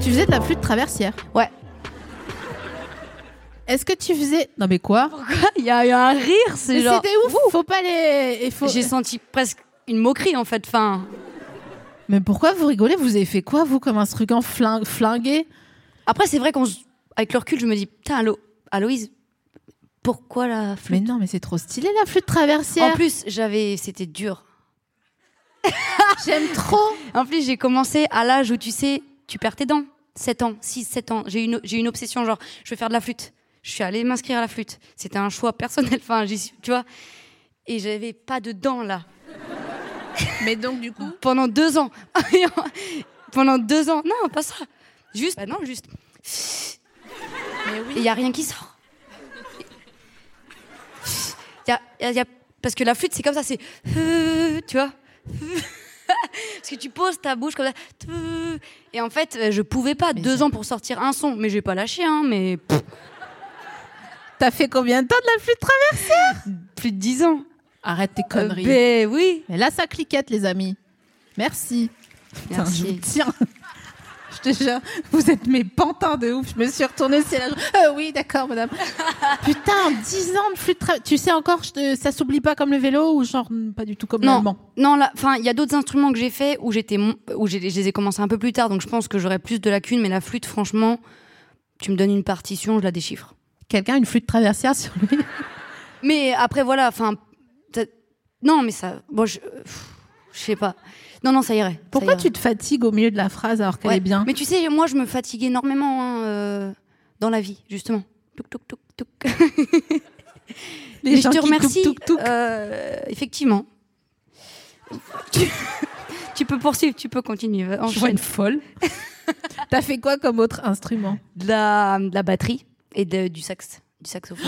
Speaker 3: Tu faisais de la flûte traversière.
Speaker 4: Ouais.
Speaker 3: Est-ce que tu faisais. Non, mais quoi
Speaker 4: Il y, a eu un rire, c'est
Speaker 3: Mais
Speaker 4: genre.
Speaker 3: C'était ouf Faut pas les. il faut-
Speaker 4: J'ai senti presque une moquerie en fait. Enfin,
Speaker 3: Mais pourquoi vous rigolez Vous avez fait quoi, vous, comme un truc en fling- flingué
Speaker 4: après c'est vrai qu'on, se- avec le recul, je me dis putain, Alo- Aloïse, pourquoi la
Speaker 3: Mais
Speaker 4: flûte
Speaker 3: non, mais c'est trop stylé la flûte traversière.
Speaker 4: En plus, j'avais, c'était dur.
Speaker 3: j'aime trop.
Speaker 4: En plus, j'ai commencé à l'âge où tu sais, tu perds tes dents. 7 ans, 6, 7 ans. J'ai une, j'ai une obsession, genre, je veux faire de la flûte. Je suis allée m'inscrire à la flûte. C'était un choix personnel, enfin, j'y suis- tu vois. Et j'avais pas de dents, là.
Speaker 3: Mais donc, du coup.
Speaker 4: Pendant deux ans. Pendant deux ans. Non, pas ça. Juste, bah non, juste.
Speaker 3: Mais
Speaker 4: Il
Speaker 3: oui.
Speaker 4: y a rien qui sort. Y a- y a- y a- Parce que la flûte, c'est comme ça, c'est. Tu vois Parce que tu poses ta bouche comme ça. Et en fait, euh, je pouvais pas. deux ans pour sortir un son. Mais j'ai pas lâché, hein. Mais pff,
Speaker 3: T'as fait combien de temps de la flûte traversière
Speaker 4: plus de dix ans.
Speaker 3: Arrête tes
Speaker 4: Euh,
Speaker 3: conneries.
Speaker 4: ben oui.
Speaker 3: Mais là, ça cliquette, les amis. Merci. Putain,
Speaker 4: Merci.
Speaker 3: je vous tiens. Je te jure, vous êtes mes pantins de ouf. Je me suis retournée, c'est là. Euh, oui, d'accord, madame. Putain, 10 ans de flûte traversière. Tu sais encore, je te- ça s'oublie pas comme le vélo ou genre hmm, pas du tout comme
Speaker 4: Non,
Speaker 3: l'allemand
Speaker 4: non, là, enfin, il y a d'autres instruments que j'ai fait où j'étais, mon- où j'ai- je les ai commencés un peu plus tard, donc je pense que j'aurais plus de lacunes. Mais la flûte, franchement, tu me donnes une partition, je la déchiffre.
Speaker 3: Quelqu'un a une flûte traversière sur lui
Speaker 4: Mais après, voilà, enfin. t'as- Non, mais ça. Bon, je. pff, Je sais pas. Non, non, ça irait. ça
Speaker 3: Pourquoi
Speaker 4: irait.
Speaker 3: tu te fatigues au milieu de la phrase alors qu'elle
Speaker 4: Ouais.
Speaker 3: est bien
Speaker 4: Mais tu sais, moi, je me fatigue énormément hein, euh, dans la vie, justement. Touc, touc, touc, touc.
Speaker 3: Les
Speaker 4: mais je
Speaker 3: gens
Speaker 4: te
Speaker 3: qui
Speaker 4: remercie.
Speaker 3: touc, touc, touc.
Speaker 4: euh, effectivement. tu... tu peux poursuivre, tu peux continuer. va,
Speaker 3: Je vois
Speaker 4: enchaîne.
Speaker 3: une folle. T'as fait quoi comme autre instrument
Speaker 4: De la, de la batterie et de- du sax. Du saxophone.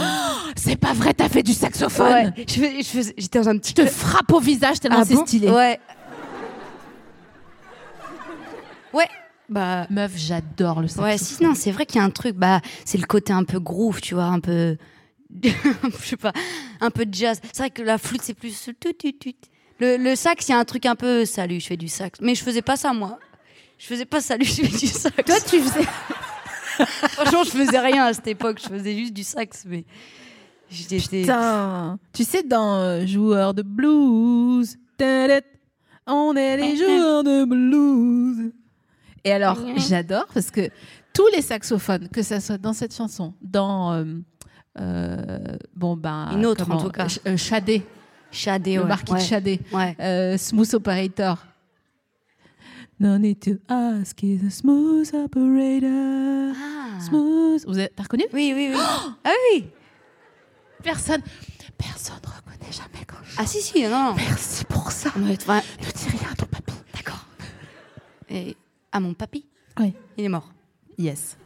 Speaker 3: C'est pas vrai, t'as fait du saxophone
Speaker 4: Ouais, je fais- je faisais- J'étais dans un petit Ah
Speaker 3: Je te frappe au visage tellement c'est
Speaker 4: bon
Speaker 3: stylé.
Speaker 4: Ouais. Ouais. Bah.
Speaker 3: Meuf, j'adore le saxophone.
Speaker 4: Ouais, si, non, c'est vrai qu'il y a un truc, bah, c'est le côté un peu groove, tu vois, un peu. je sais pas, un peu jazz. C'est vrai que la flûte, c'est plus. tout, tout, tout. Le, le sax, il y a un truc un peu. Salut, je fais du sax. Mais je faisais pas ça, moi. Je faisais pas salut, je fais du sax.
Speaker 3: Toi, tu faisais.
Speaker 4: Franchement, je faisais rien à cette époque. Je faisais juste du sax, mais. J'étais. j'étais-
Speaker 3: Putain Tu sais, dans euh, Joueurs de blues, tadette, on est les joueurs de blues. Et alors, j'adore parce que tous les saxophones, que ça soit dans cette chanson, dans. euh, euh, bon, ben.
Speaker 4: Une autre, en tout cas.
Speaker 3: Ch- euh, Shadé,
Speaker 4: Shadé,
Speaker 3: le
Speaker 4: ouais,
Speaker 3: marquis
Speaker 4: ouais.
Speaker 3: de Shadé.
Speaker 4: Ouais.
Speaker 3: Euh, smooth Operator. No need to ask, he's a smooth operator.
Speaker 4: Ah.
Speaker 3: Smooth. Vous avez, t'as reconnu Oh,
Speaker 4: Oui, oui, oui. ah oui!
Speaker 3: Personne. Personne ne reconnaît jamais quand je.
Speaker 4: Ah si, si, non, non.
Speaker 3: Merci pour ça.
Speaker 4: Ouais, enfin,
Speaker 3: Ne dis rien à ton papy.
Speaker 4: hein, D'accord. Et à mon papy,
Speaker 3: Oui.
Speaker 4: il est mort.
Speaker 3: Yes.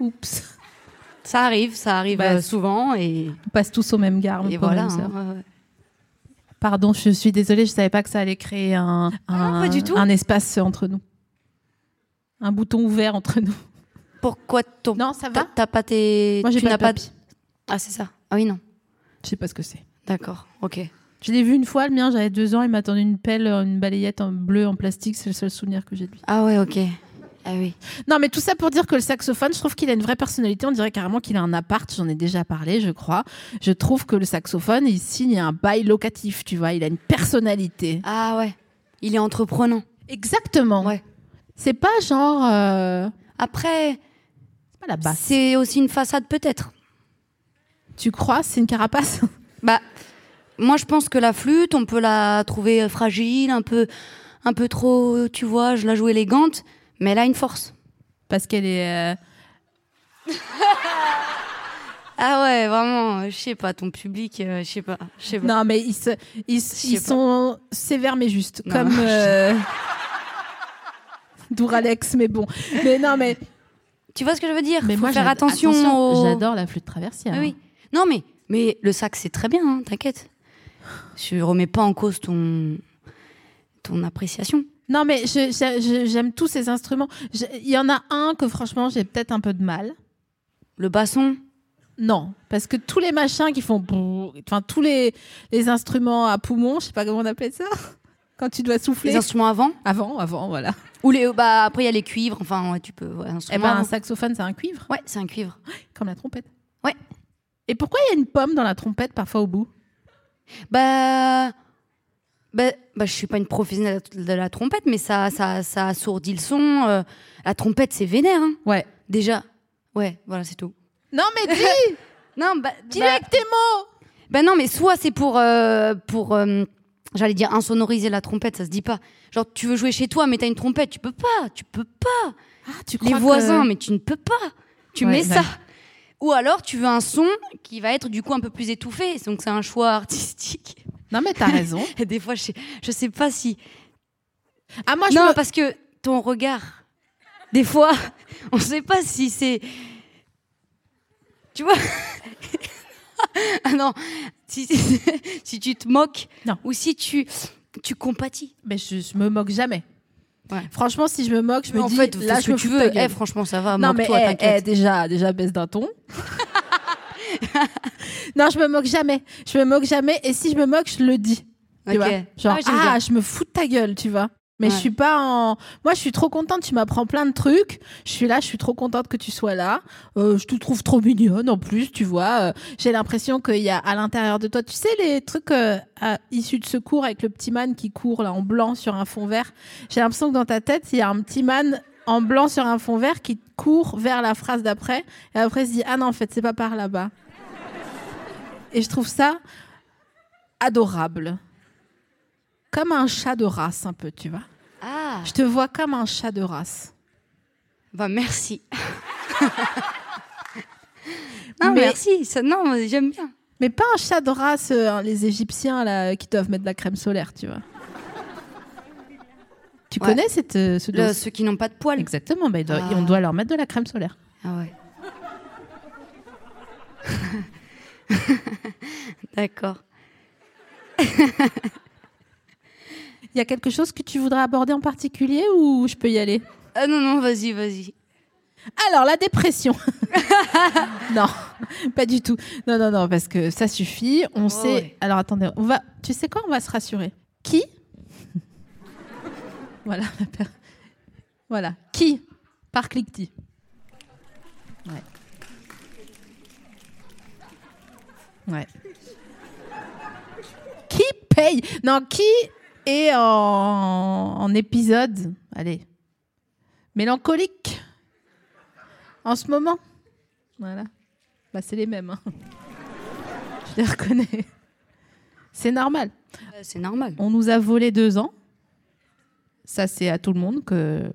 Speaker 3: Oups.
Speaker 4: Ça arrive, ça arrive
Speaker 3: Bah,
Speaker 4: euh, souvent et,
Speaker 3: On passe tous au même garde.
Speaker 4: et voilà. hein, ouais, ouais.
Speaker 3: Pardon, je suis désolée, je savais pas que ça allait créer un,
Speaker 4: non,
Speaker 3: un-
Speaker 4: pas du tout.
Speaker 3: un espace entre nous. Un bouton ouvert entre nous.
Speaker 4: Pourquoi ton
Speaker 3: Non, ça
Speaker 4: t'a-
Speaker 3: va
Speaker 4: T'as pas tes.
Speaker 3: Moi, j'ai
Speaker 4: tu
Speaker 3: pas
Speaker 4: n'as
Speaker 3: le
Speaker 4: pas. de-
Speaker 3: papy.
Speaker 4: Ah c'est ça. Ah oui non.
Speaker 3: Je sais pas ce que c'est.
Speaker 4: D'accord. Ok.
Speaker 3: Je l'ai vu une fois, le mien, j'avais deux ans, il m'a tendu une pelle, euh, une balayette en bleu, en plastique, c'est le seul souvenir que j'ai de lui.
Speaker 4: Ah ouais ok. Ah oui.
Speaker 3: Non, mais tout ça pour dire que le saxophone, je trouve qu'il a une vraie personnalité, on dirait carrément qu'il a un appart, j'en ai déjà parlé, je crois. Je trouve que le saxophone, il signe un bail locatif, tu vois, il a une personnalité.
Speaker 4: Ah ouais. Il est entreprenant.
Speaker 3: Exactement.
Speaker 4: Ouais.
Speaker 3: C'est pas genre. euh,
Speaker 4: Après,
Speaker 3: c'est pas la basse.
Speaker 4: c'est aussi une façade peut-être.
Speaker 3: Tu crois, c'est une carapace
Speaker 4: Bah, moi je pense que la flûte, on peut la trouver euh, fragile, un peu, un peu trop. Tu vois, je la joue élégante, mais elle a une force.
Speaker 3: Parce qu'elle est. euh,
Speaker 4: Ah ouais, vraiment, euh, je sais pas, ton public, euh, je sais pas, je sais pas.
Speaker 3: Non, mais ils, se- ils, se-
Speaker 4: Je
Speaker 3: ils
Speaker 4: sais pas.
Speaker 3: sont sévères mais justes.
Speaker 4: Non,
Speaker 3: comme.
Speaker 4: non, je-
Speaker 3: euh, Douralex, mais bon. Mais non, mais.
Speaker 4: Tu vois ce que je veux dire
Speaker 3: mais
Speaker 4: Faut
Speaker 3: moi,
Speaker 4: faire
Speaker 3: j'ad-
Speaker 4: attention, au-
Speaker 3: J'adore la flûte traversière.
Speaker 4: Oui, oui. Non mais, mais le sac c'est très bien, hein, t'inquiète. Je remets pas en cause ton, ton appréciation.
Speaker 3: Non, mais je- je- je- j'aime tous ces instruments. Je- Il y en a un que, franchement, j'ai peut-être un peu de mal.
Speaker 4: Le basson,
Speaker 3: Non, parce que tous les machins qui font. brrr, Enfin, tous les, les instruments à poumons, je sais pas comment on appelle ça. quand tu dois souffler.
Speaker 4: Les instruments avant
Speaker 3: Avant, avant, voilà.
Speaker 4: Ou les, bah, après, il y a les cuivres. Enfin, ouais, tu peux. Ouais,
Speaker 3: Eh
Speaker 4: instruments
Speaker 3: ben, un
Speaker 4: avant.
Speaker 3: saxophone, c'est un cuivre,
Speaker 4: Ouais, c'est un cuivre.
Speaker 3: comme la trompette.
Speaker 4: Ouais.
Speaker 3: Et pourquoi il y a une pomme dans la trompette parfois au bout
Speaker 4: Bah. Bah, bah, je suis pas une professionnelle de la trompette, mais ça, ça, ça assourdit le son. euh, la trompette, c'est vénère, hein.
Speaker 3: Ouais.
Speaker 4: Déjà. Ouais, voilà, c'est tout.
Speaker 3: Non, mais dis
Speaker 4: Non, bah,
Speaker 3: Dis-le
Speaker 4: bah,
Speaker 3: avec tes mots
Speaker 4: bah non, mais soit c'est pour, euh, pour euh, j'allais dire, insonoriser la trompette, ça se dit pas. Genre, tu veux jouer chez toi, mais t'as une trompette, tu peux pas, tu peux pas.
Speaker 3: ah, tu
Speaker 4: Les
Speaker 3: crois que-
Speaker 4: voisins, mais tu ne peux pas. Tu
Speaker 3: Ouais,
Speaker 4: mets
Speaker 3: ouais.
Speaker 4: ça. Ou alors, tu veux un son qui va être du coup un peu plus étouffé. Donc, c'est un choix artistique.
Speaker 3: Non, mais t'as raison.
Speaker 4: Et des fois, je sais, je sais pas si.
Speaker 3: Ah, moi, je
Speaker 4: non,
Speaker 3: me-
Speaker 4: parce que ton regard, des fois, on sait pas si c'est. Tu vois Ah non, si, si tu te moques
Speaker 3: Non.
Speaker 4: ou si tu, tu compatis.
Speaker 3: Mais je, je me moque jamais.
Speaker 4: Ouais.
Speaker 3: Franchement, si je me moque, je me
Speaker 4: en
Speaker 3: dis,
Speaker 4: fait,
Speaker 3: là,
Speaker 4: fais ce
Speaker 3: je
Speaker 4: que
Speaker 3: me
Speaker 4: tu
Speaker 3: fous de ta
Speaker 4: veux.
Speaker 3: gueule.
Speaker 4: Eh, franchement, ça va.
Speaker 3: non, mais
Speaker 4: Moque-toi,
Speaker 3: eh, eh,
Speaker 4: t'inquiète.
Speaker 3: déjà, déjà baisse d'un ton. non, je me moque jamais. Je me moque jamais. Et si je me moque, je le dis. Tu
Speaker 4: Ok.
Speaker 3: vois Genre,
Speaker 4: Ah, j'aime
Speaker 3: ah,
Speaker 4: bien.
Speaker 3: je me fous de ta gueule, tu vois. Mais je
Speaker 4: Ouais.
Speaker 3: suis pas en. Moi, je suis trop contente. Tu m'apprends plein de trucs. Je suis là, je suis trop contente que tu sois là. Euh, je te trouve trop mignonne en plus, tu vois. Euh, J'ai l'impression qu'il y a à l'intérieur de toi, tu sais, les trucs euh, à- issus de secours avec le petit man qui court là en blanc sur un fond vert. J'ai l'impression que dans ta tête, il y a un petit man en blanc sur un fond vert qui court vers la phrase d'après. Et après, il se dit Ah non, en fait, c'est pas par là-bas. Et je trouve ça adorable. Comme un chat de race, un peu, tu vois.
Speaker 4: Ah,
Speaker 3: Je te vois comme un chat de race.
Speaker 4: bah merci. non,
Speaker 3: Mais-
Speaker 4: merci. Ça, non, mais j'aime bien.
Speaker 3: Mais pas un chat de race, euh, les Égyptiens, là, qui doivent mettre de la crème solaire, tu vois. Tu
Speaker 4: Ouais.
Speaker 3: connais cette, euh, ce
Speaker 4: Le-
Speaker 3: dos
Speaker 4: ceux qui n'ont pas de poils.
Speaker 3: Exactement, bah, ils doivent-
Speaker 4: Ah.
Speaker 3: on doit leur mettre de la crème solaire.
Speaker 4: Ah ouais. D'accord.
Speaker 3: Il y a quelque chose que tu voudrais aborder en particulier ou je peux y aller
Speaker 4: Ah non, non, vas-y, vas-y.
Speaker 3: Alors, la dépression. non, pas du tout. Non, non, non, parce que ça suffit. On sait.
Speaker 4: ouais.
Speaker 3: Alors, attendez, on va. Tu sais quoi On va se rassurer. Qui Voilà, la per- Voilà. Qui Par cliquetis. Ouais. Ouais. Qui paye Non, qui est en, en épisode Allez. Mélancolique en ce moment. Voilà. Bah, c'est les mêmes. hein. Je les reconnais. C'est normal.
Speaker 4: Euh, C'est normal.
Speaker 3: On nous a volé deux ans. Ça, c'est à tout le monde que euh,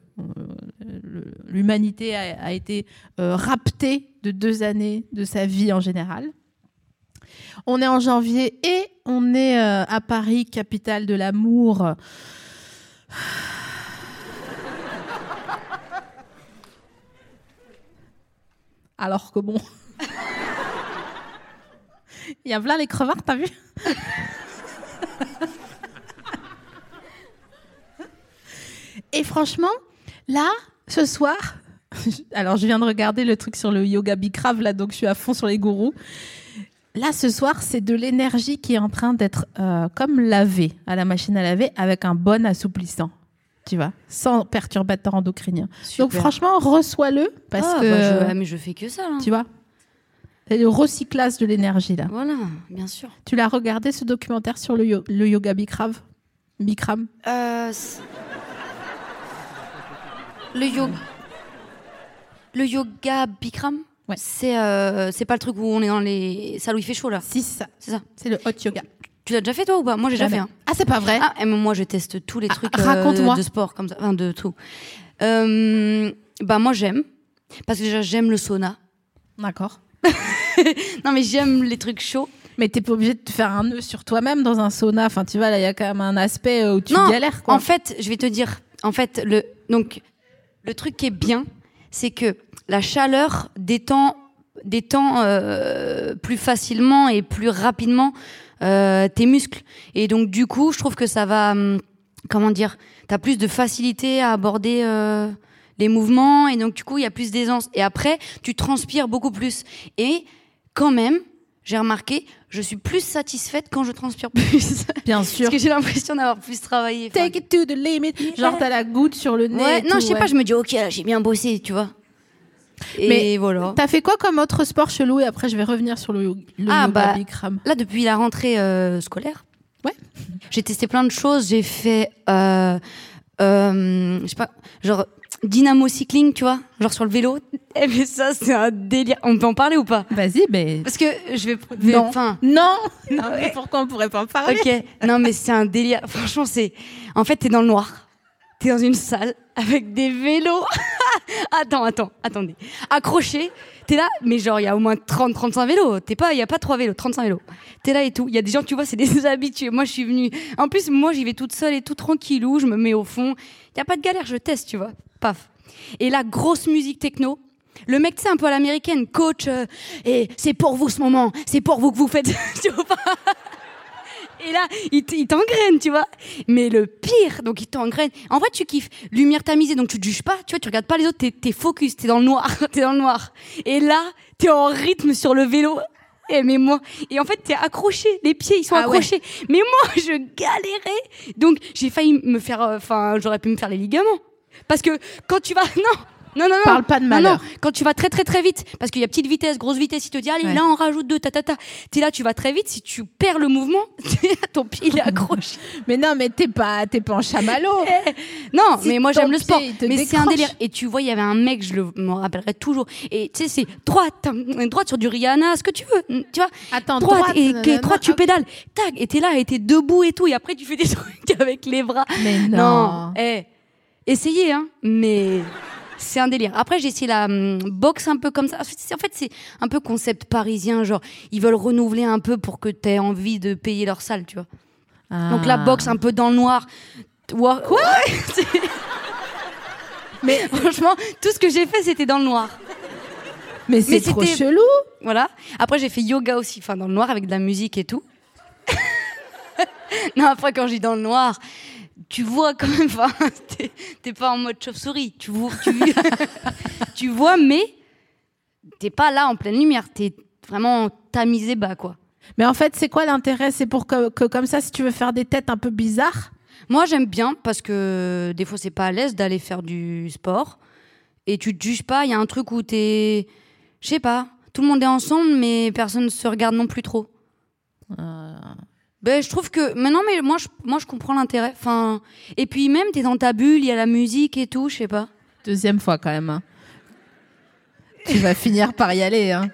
Speaker 3: le- l'humanité a, a été euh, raptée de deux années de sa vie en général. On est en janvier et on est euh, à Paris, capitale de l'amour. Alors que bon. Il y a plein les crevards, t'as vu Et franchement, là, ce soir, alors je viens de regarder le truc sur le yoga bicrave, là, donc je suis à fond sur les gourous. Là, ce soir, c'est de l'énergie qui est en train d'être euh, comme lavée à la machine à laver avec un bon assouplissant, tu vois, sans perturbateur endocrinien.
Speaker 4: Super.
Speaker 3: Donc franchement, reçois-le parce
Speaker 4: Ah,
Speaker 3: que
Speaker 4: bah, je- ah, mais je fais que ça. là.
Speaker 3: tu vois, c'est le recyclage de l'énergie là.
Speaker 4: Voilà, bien sûr.
Speaker 3: Tu l'as regardé ce documentaire sur le, yo- le yoga bicrave Bikram
Speaker 4: Euh, c'est- le yoga. Le yoga Bikram
Speaker 3: Ouais.
Speaker 4: C'est euh, c'est pas le truc où on est dans les salles où il fait chaud là.
Speaker 3: Si, c'est ça.
Speaker 4: C'est ça.
Speaker 3: C'est le hot yoga.
Speaker 4: Tu l'as déjà fait toi ou pas Moi j'ai déjà fait.
Speaker 3: Jamais.
Speaker 4: hein.
Speaker 3: Ah, c'est pas vrai
Speaker 4: Ah, et moi je teste tous les
Speaker 3: Ah,
Speaker 4: trucs
Speaker 3: raconte-moi.
Speaker 4: euh, de sport comme ça, enfin de tout. Euh, bah moi j'aime parce que déjà j'aime le sauna.
Speaker 3: D'accord.
Speaker 4: Non mais j'aime les trucs chauds.
Speaker 3: Mais t'es pas obligé de te faire un nœud sur toi-même dans un sauna. Enfin, tu vois, là, il y a quand même un aspect euh, où tu
Speaker 4: non,
Speaker 3: galères, quoi.
Speaker 4: En fait, je vais te dire, en fait, le, donc, le truc qui est bien, c'est que la chaleur détend, détend euh, plus facilement et plus rapidement euh, tes muscles. Et donc, du coup, je trouve que ça va, hum, comment dire, t'as plus de facilité à aborder. euh, les mouvements et donc du coup il y a plus d'aisance et après tu transpires beaucoup plus et quand même j'ai remarqué, je suis plus satisfaite quand je transpire plus.
Speaker 3: Bien sûr.
Speaker 4: Parce que j'ai l'impression d'avoir plus travaillé. Enfin,
Speaker 3: Take it to the limit. Genre, t'as la goutte sur le nez.
Speaker 4: ouais,
Speaker 3: et
Speaker 4: non,
Speaker 3: tout,
Speaker 4: je sais pas,
Speaker 3: ouais.
Speaker 4: je me dis, ok, là, j'ai bien bossé, tu vois. Et
Speaker 3: Mais
Speaker 4: voilà.
Speaker 3: T'as fait quoi comme autre sport chelou Et après, je vais revenir sur le, yo- le
Speaker 4: Ah,
Speaker 3: yoga
Speaker 4: bah.
Speaker 3: Bikram.
Speaker 4: Là, depuis la rentrée euh, scolaire,
Speaker 3: Ouais.
Speaker 4: j'ai testé plein de choses. J'ai fait, euh, euh, je sais pas, genre dynamo cycling, tu vois, genre sur le vélo. Eh, mais ça, c'est un délire. On peut en parler ou pas
Speaker 3: Vas-y, ben.
Speaker 4: Parce que je vais.
Speaker 3: Non.
Speaker 4: Enfin,
Speaker 3: Non, non mais pourquoi on pourrait pas en parler
Speaker 4: ok. Non, mais c'est un délire. Franchement, c'est. En fait, t'es dans le noir. T'es dans une salle avec des vélos. attends, attends, attendez. Accroché. T'es là, mais genre, il y a au moins 30, 35 vélos. T'es pas, il y a pas trois vélos, 35 vélos. T'es là et tout. Il y a des gens, tu vois, c'est des habitués. Moi, je suis venue. En plus, moi, j'y vais toute seule et tout tranquillou. Je me mets au fond. Il y a pas de galère, je teste, tu vois. Paf. Et là, grosse musique techno. Le mec, c'est un peu à l'américaine, coach, euh, et c'est pour vous ce moment, c'est pour vous que vous faites, tu vois pas et là, il t- il t'engraine, tu vois. Mais le pire, donc il t'engraine. En vrai, tu kiffes. Lumière tamisée, donc tu te juges pas, tu vois, tu regardes pas les autres, t'es, t'es focus, t'es dans le noir, t'es dans le noir. Et là, t'es en rythme sur le vélo. Et mais moi, et en fait, t'es accroché, les pieds, ils sont
Speaker 3: Ah ouais.
Speaker 4: accrochés. Mais moi, je galérais. Donc, j'ai failli me faire, euh, enfin, j'aurais pu me faire les ligaments. Parce que quand tu vas, non, non, non, non.
Speaker 3: Parle pas de
Speaker 4: Non,
Speaker 3: malheur.
Speaker 4: non, quand tu vas très très très vite, parce qu'il y a petite vitesse, grosse vitesse, il te dit allez
Speaker 3: Ouais.
Speaker 4: là on rajoute deux, ta ta ta. T'es là, tu vas très vite. Si tu perds le mouvement, ton pied il est accroché.
Speaker 3: Mais non, mais t'es pas, t'es pas en chamallow.
Speaker 4: Eh, non,
Speaker 3: Si
Speaker 4: mais moi
Speaker 3: ton
Speaker 4: j'aime le
Speaker 3: pied,
Speaker 4: sport.
Speaker 3: il te
Speaker 4: Mais c'est un
Speaker 3: décroche.
Speaker 4: délire. Et tu vois, il y avait un mec, je le me rappellerai toujours. Et tu sais, c'est droite, hein, droite sur du Rihanna, ce que tu veux, hmm, tu vois.
Speaker 3: Attends,
Speaker 4: droite,
Speaker 3: droite,
Speaker 4: et
Speaker 3: nanana,
Speaker 4: droite, tu
Speaker 3: hop.
Speaker 4: pédales. Tac, et t'es là, et t'es debout et tout. Et après, tu fais des trucs avec les bras.
Speaker 3: Mais non.
Speaker 4: eh, essayez, hein. Mais c'est un délire. Après, j'ai essayé la hum, boxe un peu comme ça. En fait, c'est- en fait, c'est un peu concept parisien. Genre, ils veulent renouveler un peu pour que t'aies envie de payer leur salle, tu vois. Donc la boxe un peu dans le noir. Ah. Quoi Mais franchement, tout ce que j'ai fait, c'était dans le noir.
Speaker 3: Mais c'est
Speaker 4: mais
Speaker 3: trop
Speaker 4: c'était-
Speaker 3: chelou.
Speaker 4: Voilà. Après, j'ai fait yoga aussi, enfin dans le noir avec de la musique et tout. non, après quand je dis dans le noir, tu vois quand même. Enfin, t'es- t'es pas en mode chauve-souris. Tu vois, tu, tu vois, mais t'es pas là en pleine lumière. T'es vraiment tamisé bas, quoi.
Speaker 3: Mais en fait, c'est quoi l'intérêt C'est pour que, que comme ça, si tu veux faire des têtes un peu bizarres,
Speaker 4: Moi, j'aime bien parce que des fois, c'est pas à l'aise d'aller faire du sport et tu te juges pas. Il y a un truc où t'es, je sais pas, tout le monde est ensemble, mais personne se regarde non plus trop. Ben, je trouve que, mais non, mais moi, je, moi, je comprends l'intérêt. Enfin, et puis même, t'es dans ta bulle, il y a la musique et tout, je sais pas.
Speaker 3: deuxième fois quand même. hein. tu vas finir par y aller. hein.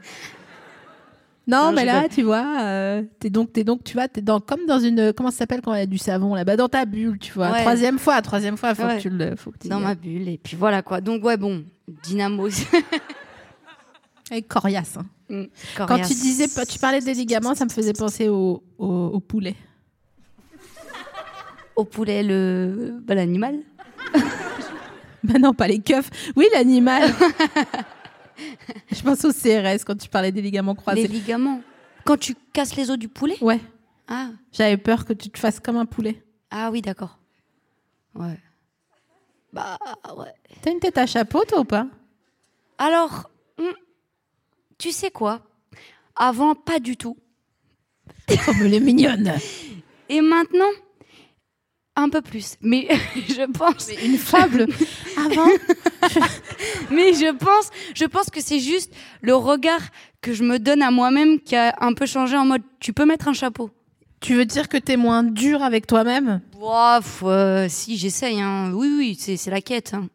Speaker 3: Non,
Speaker 4: Non,
Speaker 3: mais
Speaker 4: je
Speaker 3: là,
Speaker 4: rigole.
Speaker 3: tu vois, euh, t'es donc, t'es donc, tu vois, t'es dans comme dans une, comment ça s'appelle quand il y a du savon là-bas, dans ta bulle, tu vois.
Speaker 4: Ouais.
Speaker 3: Troisième fois, troisième fois, faut
Speaker 4: Ouais.
Speaker 3: que tu le, faut que tu.
Speaker 4: Dans ma bulle et puis voilà quoi. Donc ouais, bon, dynamo.
Speaker 3: Et coriace. hein. Quand
Speaker 4: Coriace.
Speaker 3: tu disais, tu parlais des ligaments, ça me faisait penser au, au, au poulet.
Speaker 4: au poulet le, ben, l'animal.
Speaker 3: Bah non, pas les keufs. Oui, l'animal. Je pense au CRS quand tu parlais des ligaments
Speaker 4: les
Speaker 3: croisés.
Speaker 4: ligaments. Quand tu casses les os du poulet.
Speaker 3: Ouais,
Speaker 4: Ah.
Speaker 3: j'avais peur que tu te fasses comme un poulet.
Speaker 4: Ah oui, d'accord. Ouais. Bah ouais.
Speaker 3: T'as une tête à chapeau, toi ou pas
Speaker 4: Alors, hmm, tu sais quoi Avant, pas du tout.
Speaker 3: Oh, mais elle est mignonne.
Speaker 4: Et maintenant, un peu plus. Mais je pense.
Speaker 3: Une fable. Avant,
Speaker 4: Mais je pense, je pense que c'est juste le regard que je me donne à moi-même qui a un peu changé en mode tu peux mettre un chapeau.
Speaker 3: tu veux dire que t'es moins dur avec toi-même
Speaker 4: Ouah, faut, euh, si j'essaye, hein. oui, oui, c'est c'est la quête. hein.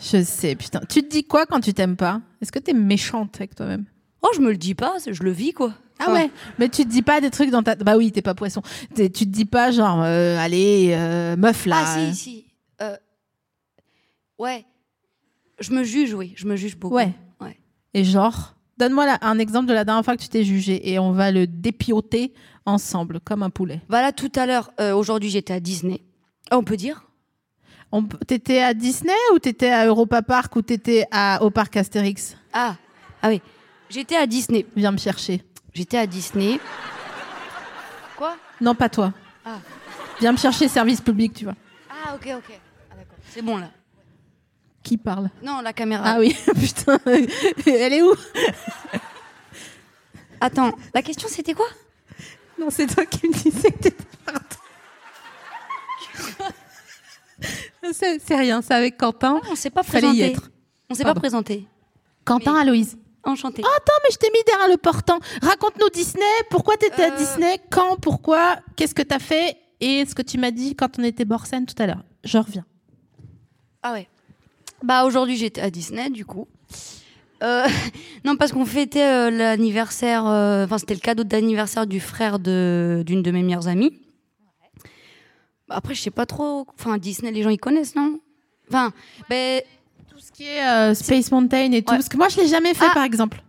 Speaker 3: Je sais, putain. Tu te dis quoi quand tu t'aimes pas Est-ce que t'es méchante avec toi-même
Speaker 4: Oh, je me le dis pas, je le vis quoi.
Speaker 3: Ah ouais, mais tu te dis pas des trucs dans ta. Bah oui, t'es pas poisson. T'es- tu te dis pas genre, euh, allez, euh, meuf là.
Speaker 4: Ah
Speaker 3: euh.
Speaker 4: si, si. Euh, Ouais. Je me juge, oui. Je me juge beaucoup.
Speaker 3: Ouais.
Speaker 4: Ouais.
Speaker 3: Et genre, donne-moi la- un exemple de la dernière fois que tu t'es jugé et on va le dépioter ensemble comme un poulet.
Speaker 4: Bah là, tout à l'heure, euh, aujourd'hui, j'étais à Disney. Ah, on peut dire
Speaker 3: On p- T'étais à Disney ou t'étais à Europa Park ou t'étais à... au parc Astérix
Speaker 4: Ah, ah oui. J'étais à Disney.
Speaker 3: Viens me chercher.
Speaker 4: J'étais à Disney. Quoi
Speaker 3: Non, pas toi.
Speaker 4: Ah.
Speaker 3: Viens me chercher service public, tu vois.
Speaker 4: Ah, ok, ok. Ah, d'accord. C'est bon, là.
Speaker 3: Qui parle
Speaker 4: Ah. Non, la caméra.
Speaker 3: Ah oui, putain. Elle est où
Speaker 4: Attends, la question c'était quoi
Speaker 3: Non, c'est toi qui me disais que t'étais parti. c'est c'est rien, c'est avec Quentin.
Speaker 4: On s'est pas
Speaker 3: Fallait
Speaker 4: présenté.
Speaker 3: y être.
Speaker 4: On s'est
Speaker 3: Pardon.
Speaker 4: pas présenté.
Speaker 3: Quentin à Aloïse.
Speaker 4: Enchanté.
Speaker 3: Attends, mais je t'ai mis derrière le portant. Raconte-nous Disney. Pourquoi t'étais à
Speaker 4: Euh.
Speaker 3: Disney Quand Pourquoi Qu'est-ce que t'as fait Et ce que tu m'as dit quand on était Borsen tout à l'heure. Je reviens.
Speaker 4: Ah ouais. Bah aujourd'hui j'étais à Disney du coup. Euh, non parce qu'on fêtait euh, l'anniversaire, euh, enfin c'était le cadeau d'anniversaire du frère de d'une de mes meilleures amies. Bah, Après je sais pas trop, enfin Disney les gens ils connaissent non Enfin, ben
Speaker 3: Tout ce qui est euh, Space Mountain et tout.
Speaker 4: Ouais.
Speaker 3: Parce que moi, je l'ai jamais fait,
Speaker 4: Ah.
Speaker 3: par exemple.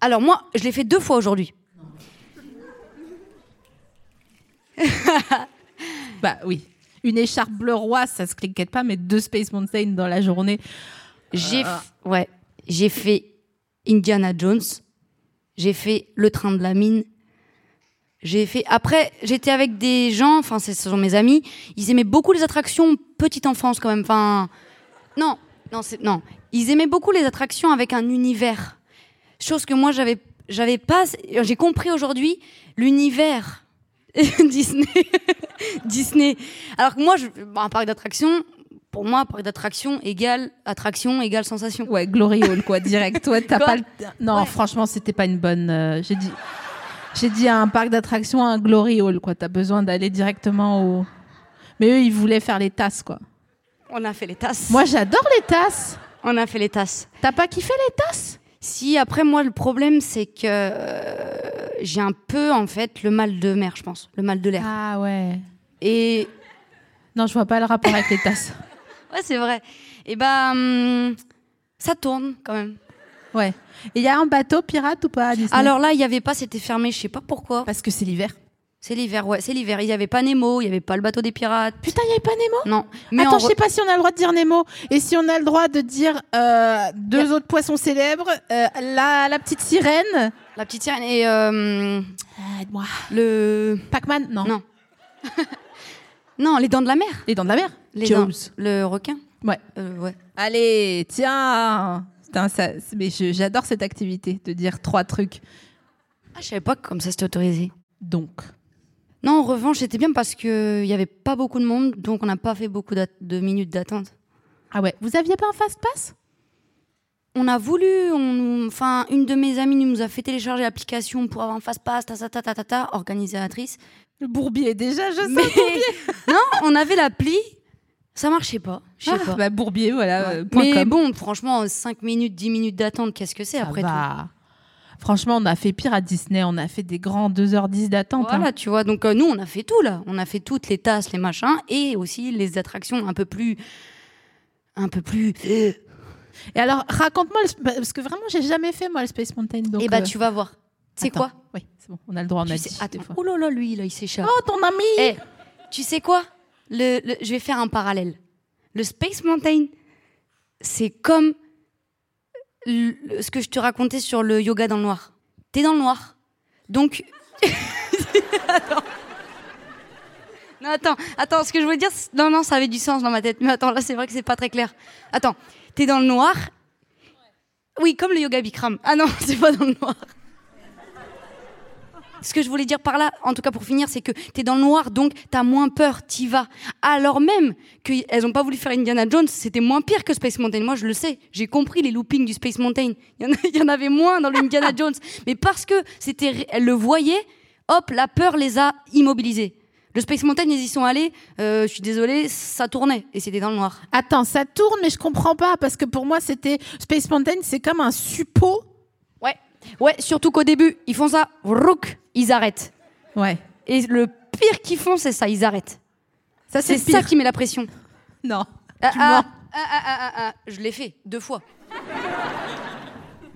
Speaker 4: alors moi je l'ai fait deux fois aujourd'hui.
Speaker 3: Bah oui. Une écharpe bleu roi, ça se cliquette pas, mais deux Space Mountain dans la journée.
Speaker 4: J'ai f- ouais, j'ai fait Indiana Jones. J'ai fait Le train de la mine. J'ai fait après j'étais avec des gens, enfin c'est- ce sont mes amis, ils aimaient beaucoup les attractions petite enfance quand même. Enfin non, non c'est non, ils aimaient beaucoup les attractions avec un univers. Chose que moi j'avais j'avais pas j'ai compris aujourd'hui l'univers Disney Disney. Alors que moi je bon, un parc d'attractions pour moi, parc d'attraction égale attraction égale sensation.
Speaker 3: Ouais, Glory Hall, quoi, direct. Toi, t'as
Speaker 4: Quoi
Speaker 3: pas le... Non, franchement, c'était pas une bonne. euh, J'ai dit. J'ai dit un parc d'attractions, un Glory Hall, quoi. T'as besoin d'aller directement au. Mais eux, ils voulaient faire les tasses, quoi.
Speaker 4: On a fait les tasses.
Speaker 3: Moi, j'adore les tasses.
Speaker 4: on a fait les tasses.
Speaker 3: T'as pas kiffé les tasses
Speaker 4: Si après moi le problème c'est que euh, j'ai un peu en fait le mal de mer, je pense, le mal de l'air.
Speaker 3: Ah ouais.
Speaker 4: Et
Speaker 3: Non, je vois pas le rapport avec les tasses.
Speaker 4: Ah. ouais, c'est vrai. Et bah hum, ça tourne quand même.
Speaker 3: Ouais. Il y a un bateau pirate ou pas à Disney
Speaker 4: Alors là, il y avait pas, c'était fermé, je sais pas pourquoi.
Speaker 3: Parce que c'est l'hiver.
Speaker 4: C'est l'hiver, ouais, c'est l'hiver. Il y avait pas Nemo, il y avait pas le bateau des pirates.
Speaker 3: Putain, il y avait pas Nemo
Speaker 4: Non. Mais
Speaker 3: Attends,
Speaker 4: en
Speaker 3: je
Speaker 4: re-
Speaker 3: sais pas si on a le droit de dire Nemo et si on a le droit de dire euh, deux autres poissons célèbres, euh, la, la petite sirène.
Speaker 4: la petite sirène et euh,
Speaker 3: Aide-moi.
Speaker 4: le
Speaker 3: Pac-Man, non.
Speaker 4: Non. non, les dents de la mer,
Speaker 3: Les dents de la mer.
Speaker 4: les
Speaker 3: Jaws.
Speaker 4: dents- le requin.
Speaker 3: Ouais.
Speaker 4: Euh, ouais.
Speaker 3: Allez, tiens. Putain, ça- c'est- mais je- j'adore cette activité de dire trois trucs.
Speaker 4: Ah, je savais pas que comme ça c'était autorisé.
Speaker 3: Donc.
Speaker 4: Non, en revanche, c'était bien parce que il y avait pas beaucoup de monde, donc on n'a pas fait beaucoup d'at- de minutes d'attente.
Speaker 3: Ah ouais. Vous aviez pas un fast pass
Speaker 4: On a voulu, on, nous- enfin, une de mes amies nous a fait télécharger l'application pour avoir un fast-pass, ta ta ta ta ta, ta, organisatrice.
Speaker 3: Le bourbier déjà, je sais.
Speaker 4: Mais non, on avait l'appli, ça marchait pas, je sais
Speaker 3: Ah,
Speaker 4: pas.
Speaker 3: bah, bourbier, voilà.
Speaker 4: Ouais.
Speaker 3: euh, point
Speaker 4: Mais
Speaker 3: com.
Speaker 4: bon, franchement, 5 minutes, 10 minutes d'attente, qu'est-ce que c'est
Speaker 3: Ça
Speaker 4: après tout
Speaker 3: va. Franchement, on a fait pire à Disney. On a fait des grands 2h10 d'attente. hein.
Speaker 4: Voilà, tu vois. Donc euh, nous, on a fait tout là. On a fait toutes les tasses, les machins, et aussi les attractions un peu plus, un peu plus. eh
Speaker 3: Et alors, raconte-moi, le sp- parce que vraiment, j'ai jamais fait moi le Space Mountain. Donc,
Speaker 4: et bah
Speaker 3: euh,
Speaker 4: tu vas voir. C'est
Speaker 3: attends.
Speaker 4: quoi
Speaker 3: Oui, c'est bon, on a le droit, on a
Speaker 4: Tu
Speaker 3: dit.
Speaker 4: sais-
Speaker 3: des
Speaker 4: Attends.
Speaker 3: fois.
Speaker 4: Oh là là, lui, là, il s'échappe.
Speaker 3: Oh, ton ami
Speaker 4: Eh, tu sais quoi le, le- Je vais faire un parallèle. Le Space Mountain, c'est comme le- le- ce que je te racontais sur le yoga dans le noir. T'es dans le noir. Donc. Attends. Non, attends, attends, ce que je veux dire, c'est- non, non, ça avait du sens dans ma tête, mais attends, là, c'est vrai que c'est pas très clair. Attends, t'es dans le noir. Oui, comme le yoga Bikram. Ah non, c'est pas dans le noir. Ce que je voulais dire par là, en tout cas pour finir, c'est que t'es dans le noir, donc t'as moins peur, t'y vas. Alors même qu'elles ont pas voulu faire Indiana Jones, c'était moins pire que Space Mountain. Moi, je le sais, j'ai compris les loopings du Space Mountain. Il y en, a- il y en avait moins dans l'Indiana Jones. Mais parce que c'était, ré- elles le voyaient, hop, la peur les a immobilisées. Le Space Mountain, ils y sont allés, euh, je suis désolée, ça tournait, et c'était dans le noir.
Speaker 3: Attends, ça tourne, mais je comprends pas, parce que pour moi, c'était. Space Mountain, c'est comme un suppôt.
Speaker 4: Ouais, ouais, surtout qu'au début, ils font ça, rouk, ils arrêtent.
Speaker 3: Ouais.
Speaker 4: Et le pire qu'ils font, c'est ça, ils arrêtent.
Speaker 3: Ça,
Speaker 4: C'est
Speaker 3: c'est
Speaker 4: ça
Speaker 3: pire.
Speaker 4: qui met la pression.
Speaker 3: Non.
Speaker 4: Ah,
Speaker 3: tu
Speaker 4: ah,
Speaker 3: mens.
Speaker 4: ah, ah, ah, ah, ah, je l'ai fait deux fois.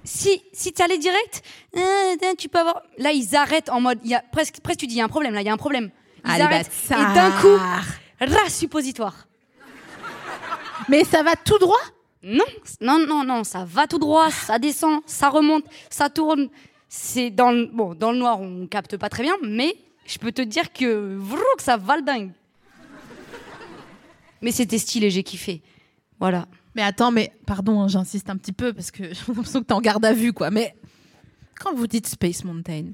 Speaker 4: si si tu allais direct, euh, euh, tu peux avoir. Là, ils arrêtent en mode. il Y a, presque, presque, tu dis, il y a un problème, là, il y a un problème. Ils
Speaker 3: Allez,
Speaker 4: arrêtent.
Speaker 3: bâtard.
Speaker 4: et d'un coup, ras suppositoire.
Speaker 3: Mais ça va tout droit
Speaker 4: Non, non, non, non, ça va tout droit, ça descend, ça remonte, ça tourne. C'est dans le, bon, dans le noir, on capte pas très bien, mais je peux te dire que vrouk, ça va le dingue. Mais c'était stylé, j'ai kiffé. Voilà.
Speaker 3: Mais attends, mais pardon, hein, j'insiste un petit peu, parce que j'ai l'impression que t'es en garde à vue, quoi. Mais quand vous dites Space Mountain,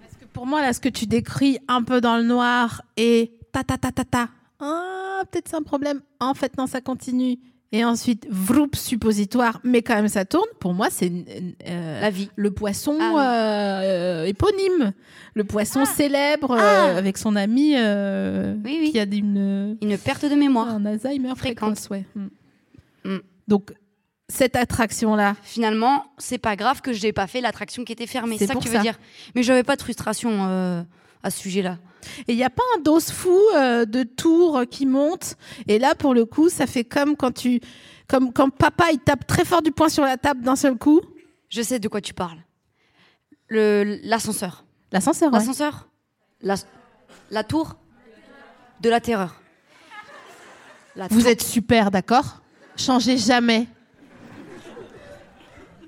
Speaker 3: parce que pour moi, là, ce que tu décris un peu dans le noir et ta ta ta ta ta, ah, peut-être c'est un problème. En fait, non, ça continue. Et ensuite, vroup suppositoire, mais quand même ça tourne. Pour moi, c'est une- une- euh,
Speaker 4: La vie.
Speaker 3: le poisson
Speaker 4: Ah oui.
Speaker 3: euh, euh, éponyme, le poisson célèbre euh,
Speaker 4: Ah.
Speaker 3: avec son ami euh,
Speaker 4: Oui, oui.
Speaker 3: qui a une,
Speaker 4: Une perte de mémoire.
Speaker 3: un Alzheimer
Speaker 4: Fréquente.
Speaker 3: précoce. ouais. Mm.
Speaker 4: Mm.
Speaker 3: Donc cette attraction là,
Speaker 4: Finalement, c'est pas grave que j'ai pas fait l'attraction qui était fermée.
Speaker 3: C'est
Speaker 4: C'est ça que
Speaker 3: pour
Speaker 4: tu
Speaker 3: ça.
Speaker 4: veux dire. Mais j'avais pas de frustration euh, à ce sujet-là.
Speaker 3: et il n'y a pas un dos fou euh, de tours qui monte. Et là pour le coup, ça fait comme quand tu, comme quand papa il tape très fort du poing sur la table d'un seul coup.
Speaker 4: Je sais de quoi tu parles. Le l'ascenseur.
Speaker 3: L'ascenseur. ouais.
Speaker 4: L'ascenseur. La la tour de la terreur. La
Speaker 3: Vous
Speaker 4: tour-
Speaker 3: êtes super, d'accord Changez jamais.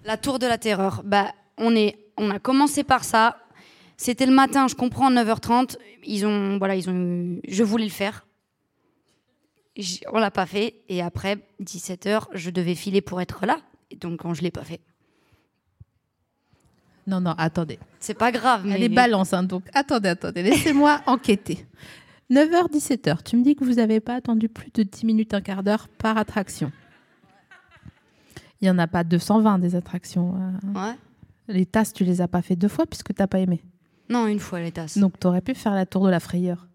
Speaker 4: La tour de la terreur. Bah, on est, on a commencé par ça. C'était le matin, je comprends, 9h30. Ils ont, voilà, ils ont, eu- je voulais le faire. J- on l'a pas fait. Et après, 17h, je devais filer pour être là. Et donc, quand je l'ai pas fait.
Speaker 3: Non, non, attendez.
Speaker 4: C'est pas grave, mais.
Speaker 3: Elle est balance, hein, donc attendez, attendez, laissez-moi enquêter. 9h, 17h, tu me dis que vous n'avez pas attendu plus de 10 minutes, un quart d'heure par attraction. Il n'y en a pas 220 des attractions. hein.
Speaker 4: Ouais.
Speaker 3: Les tasses, tu les as pas fait deux fois puisque t'as pas aimé.
Speaker 4: Non, une fois les tasses.
Speaker 3: Donc tu aurais pu faire la tour de la frayeur.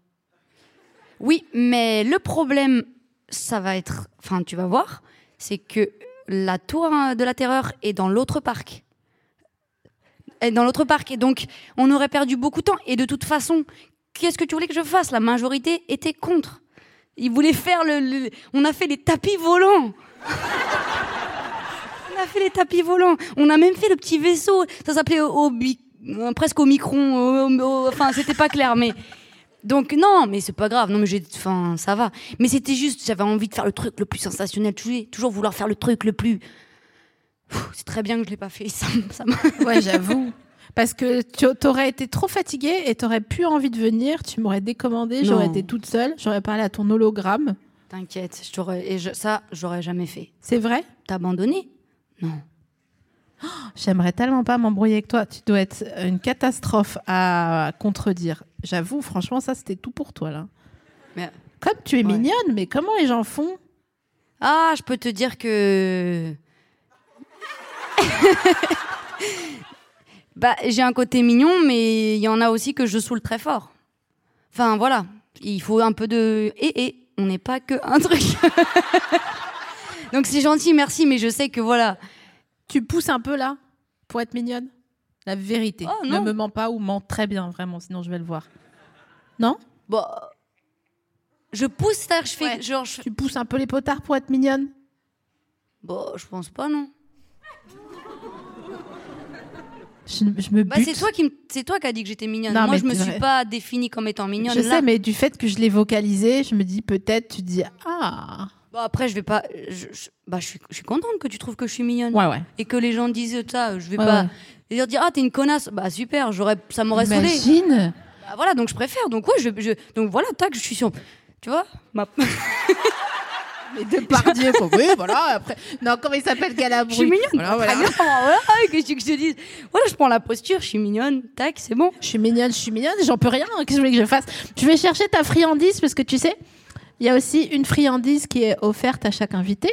Speaker 4: Oui, mais le problème, ça va être. Enfin, tu vas voir, c'est que la tour hein, de la terreur est dans l'autre parc. Est dans l'autre parc. Et donc, on aurait perdu beaucoup de temps. Et de toute façon, qu'est-ce que tu voulais que je fasse La majorité était contre. Ils voulaient faire le. le- On a fait les tapis volants On a fait les tapis volants On a même fait le petit vaisseau Ça s'appelait au, au bi- euh, presque au micron. au- au- Enfin, c'était pas clair, mais. Donc non, mais c'est pas grave. Non, mais j'ai, enfin, ça va. Mais c'était juste, j'avais envie de faire le truc le plus sensationnel. Toujours, toujours vouloir faire le truc le plus. Pfff, C'est très bien que je l'ai pas fait. Ça, m- ça m'a-
Speaker 3: Ouais, j'avoue. Parce que tu aurais été trop fatiguée et t'aurais plus envie de venir, tu m'aurais décommandé, j'aurais
Speaker 4: Non.
Speaker 3: été toute seule, j'aurais parlé à ton hologramme.
Speaker 4: T'inquiète, je t'aurais, et je- ça, j'aurais jamais fait.
Speaker 3: C'est vrai
Speaker 4: T'as abandonné Non.
Speaker 3: J'aimerais tellement pas m'embrouiller avec toi. Tu dois être une catastrophe à contredire. J'avoue, franchement, ça, c'était tout pour toi, là.
Speaker 4: Mais-
Speaker 3: Comme tu
Speaker 4: Ouais.
Speaker 3: es mignonne, mais comment les gens font
Speaker 4: Ah, je peux te dire que. bah, j'ai un côté mignon, mais il y en a aussi que je saoule très fort. Enfin, voilà. Il faut un peu de. Et, et, on n'est pas que un truc. Donc, c'est gentil, merci, mais je sais que voilà.
Speaker 3: Tu pousses un peu, là, pour être mignonne La vérité.
Speaker 4: Oh,
Speaker 3: ne
Speaker 4: non.
Speaker 3: me mens pas ou mens très bien, vraiment, sinon je vais le voir. Non
Speaker 4: Bon. Je pousse, ça, je fais.
Speaker 3: Ouais.
Speaker 4: Genre, je...
Speaker 3: Tu pousses un peu les potards pour être mignonne
Speaker 4: Bon, je pense pas, non.
Speaker 3: je, je me bute.
Speaker 4: Bah, c'est toi qui me- c'est toi qui as dit que j'étais mignonne.
Speaker 3: Non,
Speaker 4: Moi,
Speaker 3: mais
Speaker 4: je me
Speaker 3: c'est
Speaker 4: suis
Speaker 3: vrai.
Speaker 4: pas définie comme étant mignonne.
Speaker 3: je
Speaker 4: là.
Speaker 3: sais, mais du fait que je l'ai vocalisé, je me dis peut-être, tu dis Ah
Speaker 4: Bon, après, je vais pas. Je, je- bah, je suis, je suis contente que tu trouves que je suis mignonne.
Speaker 3: Ouais, ouais.
Speaker 4: et que les gens disent ça, je vais
Speaker 3: Ouais,
Speaker 4: pas
Speaker 3: ouais.
Speaker 4: Et leur dire ah t'es une connasse, bah super, j'aurais ça m'aurait saoulé.
Speaker 3: Imagine
Speaker 4: Bah, voilà donc je préfère donc ouais je, je- donc voilà tac je suis sur tu vois
Speaker 3: Ah,
Speaker 4: ma-
Speaker 3: Mais Depardieu, quoi. Oui, voilà, après. Non, comment il s'appelle,
Speaker 4: je
Speaker 3: Galabru
Speaker 4: suis mignonne.
Speaker 3: Voilà, voilà.
Speaker 4: Très bien, voilà, qu'est-ce que tu veux que je te dise voilà je prends la posture, je suis mignonne, tac c'est bon.
Speaker 3: Je suis mignonne, je suis mignonne, j'en peux rien. hein, Qu'est-ce que je voulais que je fasse Je vais chercher ta friandise parce que tu sais, il y a aussi une friandise qui est offerte à chaque invité.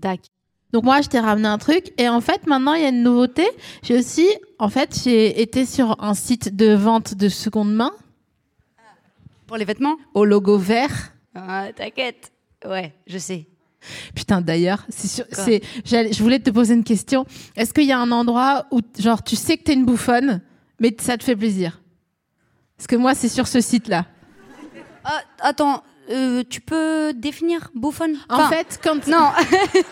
Speaker 4: Tac.
Speaker 3: Donc moi, je t'ai ramené un truc et en fait, maintenant, il y a une nouveauté. J'ai aussi, en fait, j'ai été sur un site de vente de seconde main
Speaker 4: Pour les vêtements
Speaker 3: au logo vert.
Speaker 4: ah, T'inquiète, ouais je sais.
Speaker 3: Putain, d'ailleurs, c'est sûr- c'est, j'allais- je voulais te poser une question. Est-ce qu'il y a un endroit où, genre, tu sais que t'es une bouffonne, mais ça te fait plaisir Parce que moi, c'est sur ce site-là.
Speaker 4: Ah, attends euh, tu peux définir bouffonne
Speaker 3: En
Speaker 4: Enfin,
Speaker 3: fait, quand
Speaker 4: non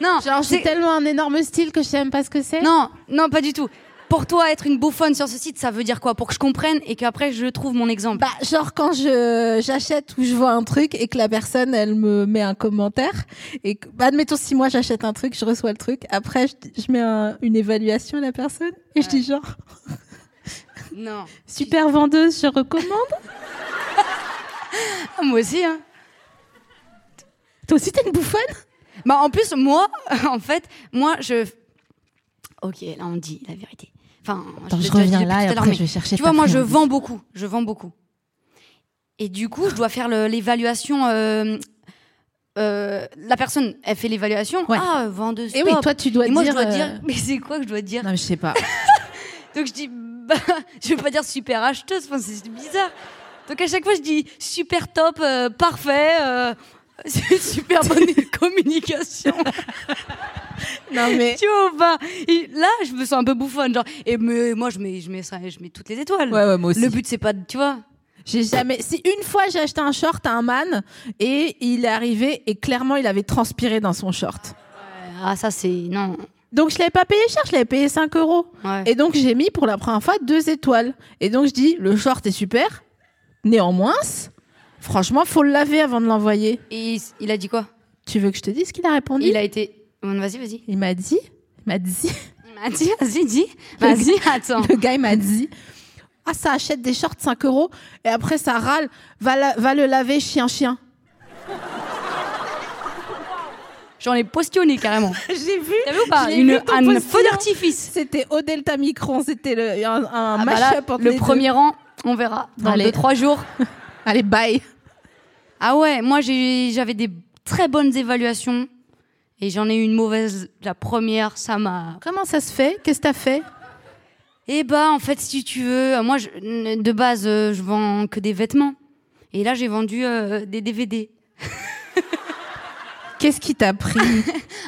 Speaker 4: non
Speaker 3: Genre, j'ai
Speaker 4: c'est-
Speaker 3: tellement un énorme style que je sais même pas ce que c'est.
Speaker 4: Non, non, pas du tout. Pour toi, être une bouffonne sur ce site, ça veut dire quoi Pour que je comprenne et qu'après je trouve mon exemple.
Speaker 3: Bah, genre quand je j'achète ou je vois un truc et que la personne elle me met un commentaire et que, bah, admettons si moi j'achète un truc, je reçois le truc, après je, je mets un- une évaluation à la personne et je dis genre
Speaker 4: non.
Speaker 3: super vendeuse, je recommande.
Speaker 4: Ah, moi aussi, hein.
Speaker 3: Toi aussi t'es une bouffonne
Speaker 4: Bah, en plus, moi, en fait, moi, je. ok, là on dit la vérité. Enfin,
Speaker 6: Attends,
Speaker 4: l'ai
Speaker 6: je
Speaker 4: déjà- l'ai
Speaker 6: reviens
Speaker 4: dit
Speaker 6: là
Speaker 4: depuis
Speaker 6: et
Speaker 4: tout à l'heure,
Speaker 6: après,
Speaker 4: mais
Speaker 6: je vais chercher
Speaker 4: Tu vois,
Speaker 6: ta
Speaker 4: moi je
Speaker 6: friandise.
Speaker 4: vends beaucoup, je vends beaucoup. Et du coup, je dois faire le- l'évaluation. euh, euh, la personne, elle fait l'évaluation.
Speaker 6: Ouais.
Speaker 4: Ah, vendeuse.
Speaker 3: Et oui,
Speaker 4: top.
Speaker 3: toi, tu dois
Speaker 4: Et moi,
Speaker 3: dire.
Speaker 4: je dois
Speaker 3: euh,
Speaker 4: dire. Mais c'est quoi que je dois dire
Speaker 6: Non, mais je sais pas.
Speaker 4: donc je dis, bah, je veux pas dire super acheteuse, enfin, c'est bizarre. Donc à chaque fois, je dis super top, euh, parfait, euh, c'est une super bonne communication.
Speaker 3: Non, mais.
Speaker 4: tu vois ou pas Et Là, je me sens un peu bouffonne, genre. Et mais, moi, je mets, je mets ça, je mets toutes les étoiles.
Speaker 6: Ouais, ouais, moi aussi.
Speaker 4: Le but, c'est pas, de- tu vois.
Speaker 3: J'ai jamais. Si une fois j'ai acheté un short à un man et il est arrivé et clairement il avait transpiré dans son short.
Speaker 4: Ah, ça, c'est non.
Speaker 3: Donc je l'avais pas payé cher, je l'avais payé 5 euros.
Speaker 4: Ouais.
Speaker 3: Et donc j'ai mis pour la première fois deux étoiles. Et donc je dis le short est super. Néanmoins, franchement faut le laver avant de l'envoyer.
Speaker 4: Et il, il a dit quoi
Speaker 3: Tu veux que je te dise ce qu'il a répondu
Speaker 4: Il a été. Bon, Vas-y, vas-y.
Speaker 3: Il m'a dit, il m'a dit,
Speaker 4: Il m'a dit, vas-y, dis. Vas-y, attends.
Speaker 3: le gars il m'a dit. Ah, ça achète des shorts 5 euros et après ça râle. Va, la- va le laver, chien, chien.
Speaker 4: J'en ai postillonné carrément.
Speaker 3: J'ai vu.
Speaker 4: T'as vu ou pas
Speaker 3: je l'ai
Speaker 4: Une,
Speaker 3: vu, ton
Speaker 4: Un feu
Speaker 3: postillon.
Speaker 4: d'artifice.
Speaker 3: C'était au Delta Micron, c'était le- un, un
Speaker 4: Ah bah là,
Speaker 3: mash-up entre
Speaker 4: le
Speaker 3: les deux.
Speaker 4: premier rang, on verra dans
Speaker 3: Allez.
Speaker 4: 2-3 jours.
Speaker 3: Allez, bye.
Speaker 4: Ah ouais, moi j'ai- j'avais des très bonnes évaluations et j'en ai eu une mauvaise la première, ça m'a.
Speaker 3: Comment ça se fait Qu'est-ce que t'as fait
Speaker 4: Eh bah en fait si tu veux, euh, moi je- n- de base euh, je vends que des vêtements et là j'ai vendu euh, des DVD,
Speaker 3: Qu'est-ce qui t'a pris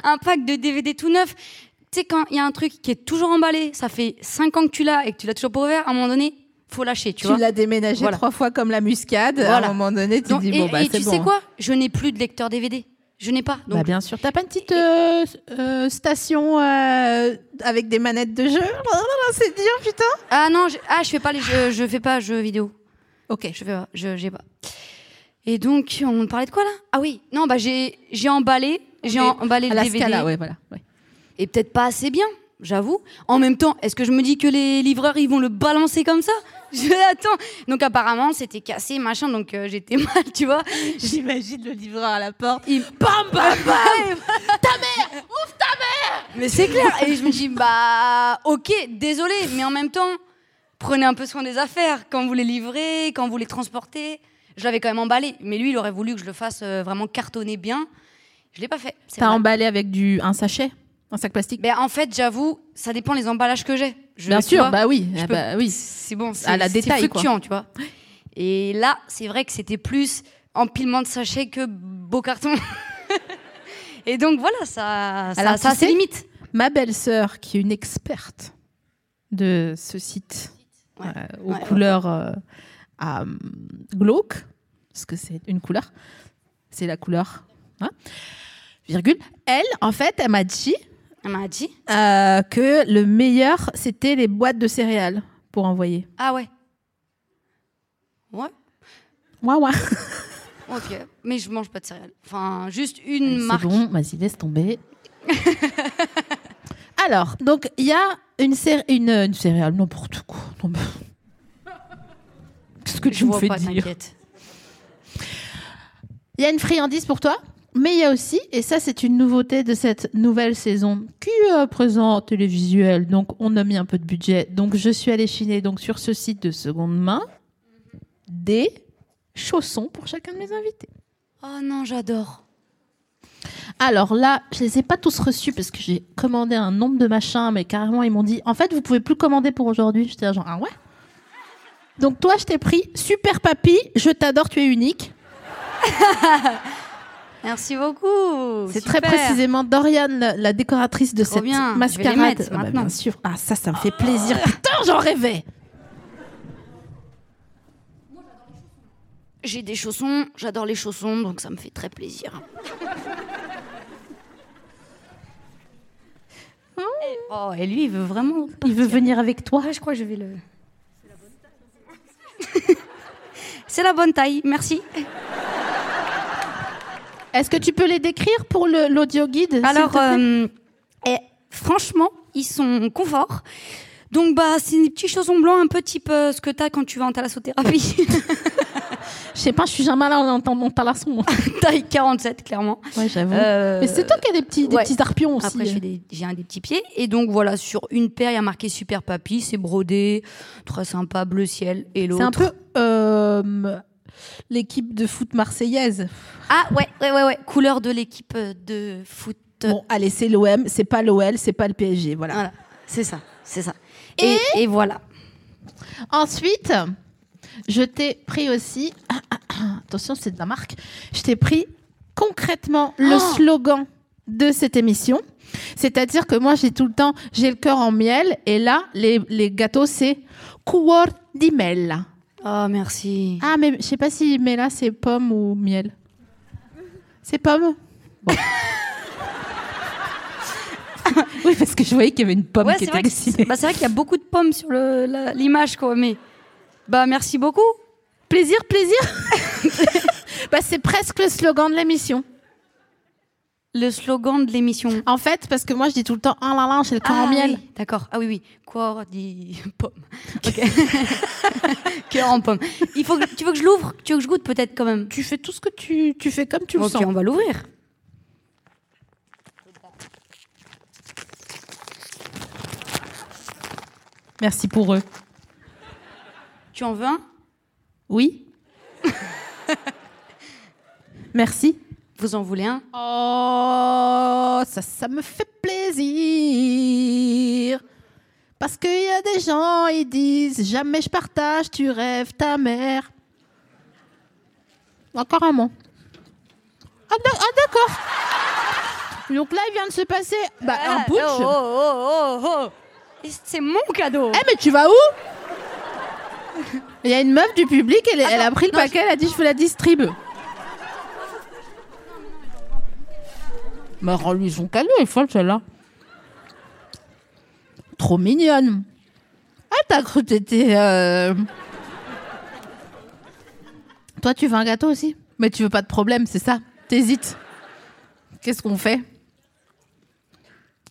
Speaker 4: un pack de DVD tout neuf. Tu sais quand il y a un truc qui est toujours emballé, ça fait 5 ans que tu l'as et que tu l'as toujours pas ouvert, à un moment donné faut lâcher, tu,
Speaker 3: Tu,
Speaker 4: vois.
Speaker 3: l'as déménagé
Speaker 4: Voilà.
Speaker 3: trois fois comme la muscade. À
Speaker 4: Voilà.
Speaker 3: un moment donné, tu
Speaker 4: Donc,
Speaker 3: dis
Speaker 4: et
Speaker 3: bon bah
Speaker 4: et
Speaker 3: c'est
Speaker 4: tu
Speaker 3: bon.
Speaker 4: sais quoi Je n'ai plus de lecteur DVD, je n'ai pas.
Speaker 3: Bah,
Speaker 4: Donc
Speaker 3: bien sûr, t'as pas une petite euh, euh, station euh, avec des manettes de jeu C'est dur, putain.
Speaker 4: ah non, je, ah je fais pas les jeux, je fais pas jeux vidéo.
Speaker 3: Ok.
Speaker 4: Je fais pas, je j'ai pas. Et donc on parlait de quoi là Ah oui, non bah j'ai j'ai emballé, j'ai
Speaker 3: est
Speaker 4: emballé
Speaker 3: À
Speaker 4: le
Speaker 3: la
Speaker 4: DVD
Speaker 3: Scala, ouais, voilà. ouais.
Speaker 4: et peut-être pas assez bien, j'avoue. En même temps, est-ce que je me dis que les livreurs ils vont le balancer comme ça Je l'attends. Donc apparemment c'était cassé machin, donc euh, j'étais mal, tu vois.
Speaker 3: J'imagine le livreur à la porte.
Speaker 4: Il-
Speaker 3: Bam, bam, bam
Speaker 4: Mais c'est clair. Et je me dis bah ok, désolé, mais en même temps prenez un peu soin des affaires quand vous les livrez, quand vous les transportez. Je l'avais quand même emballé, mais lui il aurait voulu que je le fasse euh, vraiment cartonner bien. Je l'ai pas fait. c'est
Speaker 3: T'as
Speaker 4: vrai.
Speaker 3: emballé avec du un sachet, un sac plastique.
Speaker 4: Ben, en fait, j'avoue, ça dépend les emballages que j'ai. Je-
Speaker 3: Bien
Speaker 4: tu
Speaker 3: sûr,
Speaker 4: vois,
Speaker 3: bah oui,
Speaker 4: je
Speaker 3: ah
Speaker 4: peux-
Speaker 3: bah oui.
Speaker 4: C'est bon, c'est
Speaker 3: À la
Speaker 4: c'est
Speaker 3: détail, quoi.
Speaker 4: fluctuant, tu vois. Et là, c'est vrai que c'était plus empilement de sachets que beau carton. Et donc voilà, ça, ça,
Speaker 3: Alors,
Speaker 4: ça a
Speaker 3: tu
Speaker 4: ses
Speaker 3: sais-
Speaker 4: limites.
Speaker 3: Ma belle-sœur, qui est une experte de ce site
Speaker 4: Ouais.
Speaker 3: euh, aux
Speaker 4: Ouais, ouais.
Speaker 3: couleurs euh, à, hum, glauques, parce que c'est une couleur, c'est la couleur, hein, virgule. Elle, en fait, elle m'a dit
Speaker 4: Elle m'a dit.
Speaker 3: euh, que le meilleur, c'était les boîtes de céréales pour envoyer.
Speaker 4: Ah ouais. Ouais.
Speaker 3: Ouais, ouais.
Speaker 4: Ok. Mais je mange pas de céréales. Enfin, juste
Speaker 3: Ah,
Speaker 4: une
Speaker 6: C'est
Speaker 4: marque.
Speaker 6: bon, vas-y, laisse tomber.
Speaker 3: Alors, donc, il y a une, cér- une, une céréale, n'importe quoi. Non, mais- Qu'est-ce que tu
Speaker 4: je
Speaker 3: me
Speaker 4: vois
Speaker 3: fais
Speaker 4: pas,
Speaker 3: dire
Speaker 4: t'inquiète.
Speaker 3: Il y a une friandise pour toi, mais il y a aussi, et ça c'est une nouveauté de cette nouvelle saison, qui euh, est à présent télévisuelle, donc on a mis un peu de budget. Donc je suis allée chiner donc, sur ce site de seconde main des chaussons pour chacun de mes invités.
Speaker 4: Oh non, j'adore.
Speaker 3: Alors là, je les ai pas tous reçus parce que j'ai commandé un nombre de machins, mais carrément ils m'ont dit en fait vous pouvez plus commander pour aujourd'hui. J'étais là, genre ah ouais. Donc toi je t'ai pris super papy, je t'adore, tu es unique.
Speaker 4: Merci beaucoup.
Speaker 3: C'est très
Speaker 4: Oh, Super.
Speaker 3: précisément Doriane, la, la décoratrice de
Speaker 4: Trop
Speaker 3: cette
Speaker 4: bien, je vais les
Speaker 3: mascarade.
Speaker 4: mettre
Speaker 3: Ah bah,
Speaker 4: maintenant. Oh.
Speaker 3: bien sûr. Ah ça, ça me fait plaisir. Putain, j'en rêvais.
Speaker 4: J'ai des chaussons, j'adore les chaussons, donc ça me fait très plaisir. Et- Oh, et lui, il veut vraiment.
Speaker 3: Il veut venir avec toi.
Speaker 4: Ouais, je crois que je vais le. C'est la bonne taille, merci.
Speaker 3: Est-ce que tu peux les décrire pour le- l'audio guide
Speaker 4: Alors,
Speaker 3: s'il te plaît
Speaker 4: euh, eh, franchement, ils sont confort. Donc, bah, c'est des petits chaussons blancs, un peu type euh, ce que t'as quand tu vas en thalassothérapie.
Speaker 7: Je sais pas, je suis jamais allée en entendant mon talasson. moi.
Speaker 4: Taille 47, clairement.
Speaker 3: Ouais, j'avoue.
Speaker 4: Euh,
Speaker 7: Mais c'est toi qui as des petits, des
Speaker 4: ouais.
Speaker 7: petits arpions aussi.
Speaker 4: Après, je fais des- j'ai un des petits pieds. Et donc, voilà, sur une paire, il y a marqué Super Papy. C'est brodé, très sympa, bleu ciel. Et l'autre.
Speaker 7: C'est un peu euh, l'équipe de foot marseillaise.
Speaker 4: Ah, ouais, ouais, ouais, ouais. Couleur de l'équipe euh, de foot.
Speaker 7: Bon, allez, c'est l'OM, c'est pas l'OL, c'est pas le PSG, voilà.
Speaker 4: Voilà, c'est ça, c'est ça. Et, et voilà.
Speaker 3: Ensuite, je t'ai pris aussi. Attention, c'est de la marque. Je t'ai pris concrètement le
Speaker 4: Oh
Speaker 3: slogan de cette émission. C'est-à-dire que moi, j'ai tout le temps, j'ai le cœur en miel. Et là, les, les gâteaux, c'est cuor di mela.
Speaker 4: Oh, merci.
Speaker 3: Ah, mais je sais pas si mela, c'est pomme ou miel. C'est pomme Bon. Oui, parce que je voyais qu'il y avait une pomme
Speaker 4: ouais,
Speaker 3: qui
Speaker 4: c'est
Speaker 3: était
Speaker 4: vrai que- c'est
Speaker 3: dessinée.
Speaker 4: bah, c'est vrai qu'il y a beaucoup de pommes sur le- la- l'image, quoi. Mais bah, merci beaucoup.
Speaker 3: Plaisir, plaisir. bah, c'est presque le slogan de l'émission.
Speaker 4: Le slogan de l'émission.
Speaker 3: En fait, parce que moi, je dis tout le temps, oh là là, j'ai le corps en miel.
Speaker 4: oui, D'accord. Ah oui, oui. Quoi dit pomme. Ok. Cœur en pomme. Il faut que, tu veux que je l'ouvre Tu veux que je goûte peut-être quand même
Speaker 7: Tu fais tout ce que tu, tu fais comme tu le
Speaker 4: Ok,
Speaker 7: sens.
Speaker 4: on va l'ouvrir.
Speaker 3: Merci pour eux.
Speaker 4: Tu en veux un
Speaker 3: Oui. Merci.
Speaker 4: Vous en voulez un
Speaker 7: Oh, ça, ça me fait plaisir. Parce qu'il y a des gens, ils disent jamais je partage, tu rêves ta mère.
Speaker 3: Encore un mot. Ah, d'ac- ah, d'accord. Donc là, il vient de se passer bah, un putsch.
Speaker 4: Oh, oh, oh, oh, oh. C'est mon cadeau.
Speaker 3: Eh, mais tu vas où Il y a une meuf du public, elle, elle a pris le
Speaker 4: non,
Speaker 3: paquet, elle a dit je veux la distribue. Bah, rends-lui son cadeau, elle est folle celle-là. Trop mignonne. Ah, t'as cru que t'étais. euh, Toi, tu veux un gâteau aussi Mais tu veux pas de problème, c'est ça T'hésites. Qu'est-ce qu'on fait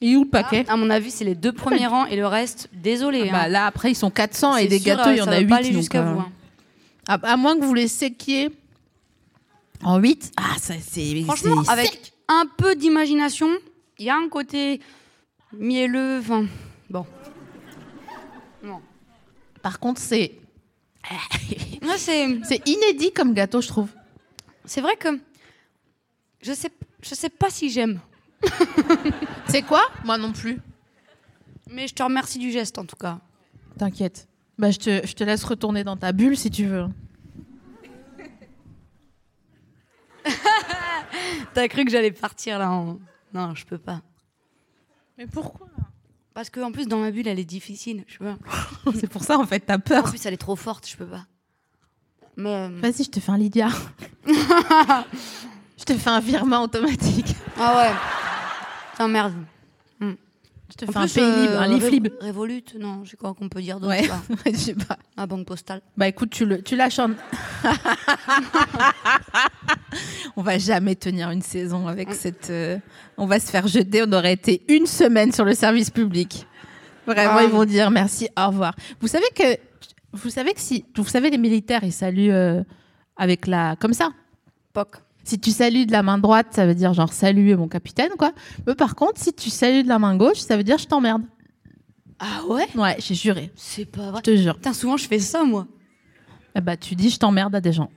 Speaker 3: Il est où le paquet
Speaker 4: À mon avis, c'est les deux premiers rangs et le reste, désolé.
Speaker 3: bah,
Speaker 4: hein.
Speaker 3: là, après, ils sont 400 et
Speaker 4: C'est
Speaker 3: des
Speaker 4: sûr, euh,
Speaker 3: gâteaux, il y
Speaker 4: ça
Speaker 3: en
Speaker 4: va
Speaker 3: a euh, 8.
Speaker 4: pas aller jusqu'à vous. hein.
Speaker 3: à, Ah, à moins que vous les séquiez en 8. Ah, ça, c'est.
Speaker 4: Franchement,
Speaker 3: c'est-
Speaker 4: avec un peu d'imagination, il y a un côté mielleux. Enfin, bon.
Speaker 3: Par contre, c'est
Speaker 4: Là, c'est.
Speaker 3: c'est inédit comme gâteau, je trouve.
Speaker 4: C'est vrai que je sais, je sais pas si j'aime,
Speaker 3: C'est quoi Moi non plus.
Speaker 4: mais je te remercie du geste en tout cas.
Speaker 3: T'inquiète. Bah, je, te, je te laisse retourner dans ta bulle si tu veux.
Speaker 4: T'as cru que j'allais partir là en... Non, je peux pas.
Speaker 3: Mais pourquoi
Speaker 4: Parce que en plus dans ma bulle elle est difficile, je peux pas.
Speaker 3: C'est pour ça, en fait, t'as
Speaker 4: En
Speaker 3: peur.
Speaker 4: plus elle est trop forte, je peux pas. Mais euh,
Speaker 3: Vas-y, je te fais un Lydia. je te fais un virement automatique.
Speaker 4: ah ouais, Putain, merde.
Speaker 3: Je te
Speaker 4: En
Speaker 3: fais un
Speaker 4: plus,
Speaker 3: pays libre,
Speaker 4: euh,
Speaker 3: un
Speaker 4: Rev-
Speaker 3: livre libre.
Speaker 4: Revolut, non, je crois qu'on peut dire Ah, d'autres. là.
Speaker 3: Ouais, je sais pas.
Speaker 4: La banque postale.
Speaker 3: Bah écoute, tu, le, tu lâches un... on va jamais tenir une saison
Speaker 4: Mm.
Speaker 3: avec cette... euh, On va se faire jeter, on aurait été une semaine sur le service public. Vraiment,
Speaker 4: Ah.
Speaker 3: ils vont dire merci, au revoir. Vous savez que... Vous savez que si... Vous savez, les militaires, ils saluent euh, avec la... Comme ça.
Speaker 4: Poc.
Speaker 3: Si tu salues de la main droite, ça veut dire genre salut euh, mon capitaine, quoi. Mais par contre, si tu salues de la main gauche, ça veut dire je t'emmerde.
Speaker 4: Ah ouais
Speaker 3: Ouais, j'ai juré,
Speaker 4: C'est pas vrai.
Speaker 3: je te jure.
Speaker 4: Putain, souvent je fais ça moi.
Speaker 3: Ah Bah tu dis je t'emmerde à des gens.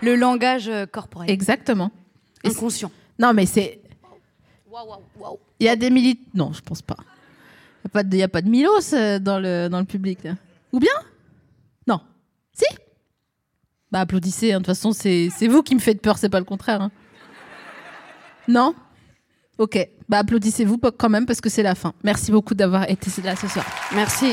Speaker 4: Le langage euh, corporel,
Speaker 3: Exactement.
Speaker 4: inconscient.
Speaker 3: Non, mais c'est. Il y a des militaires. Non, je pense pas. Il n'y a, pas de- y a pas de Milos euh, dans le, dans le public. là. Ou bien Non. Si Bah, applaudissez. hein. De toute façon, c'est c'est vous qui me faites peur, c'est pas le contraire. hein. Non Ok. Bah, applaudissez-vous pas- quand même parce que c'est la fin. Merci beaucoup d'avoir été là ce soir.
Speaker 4: Merci.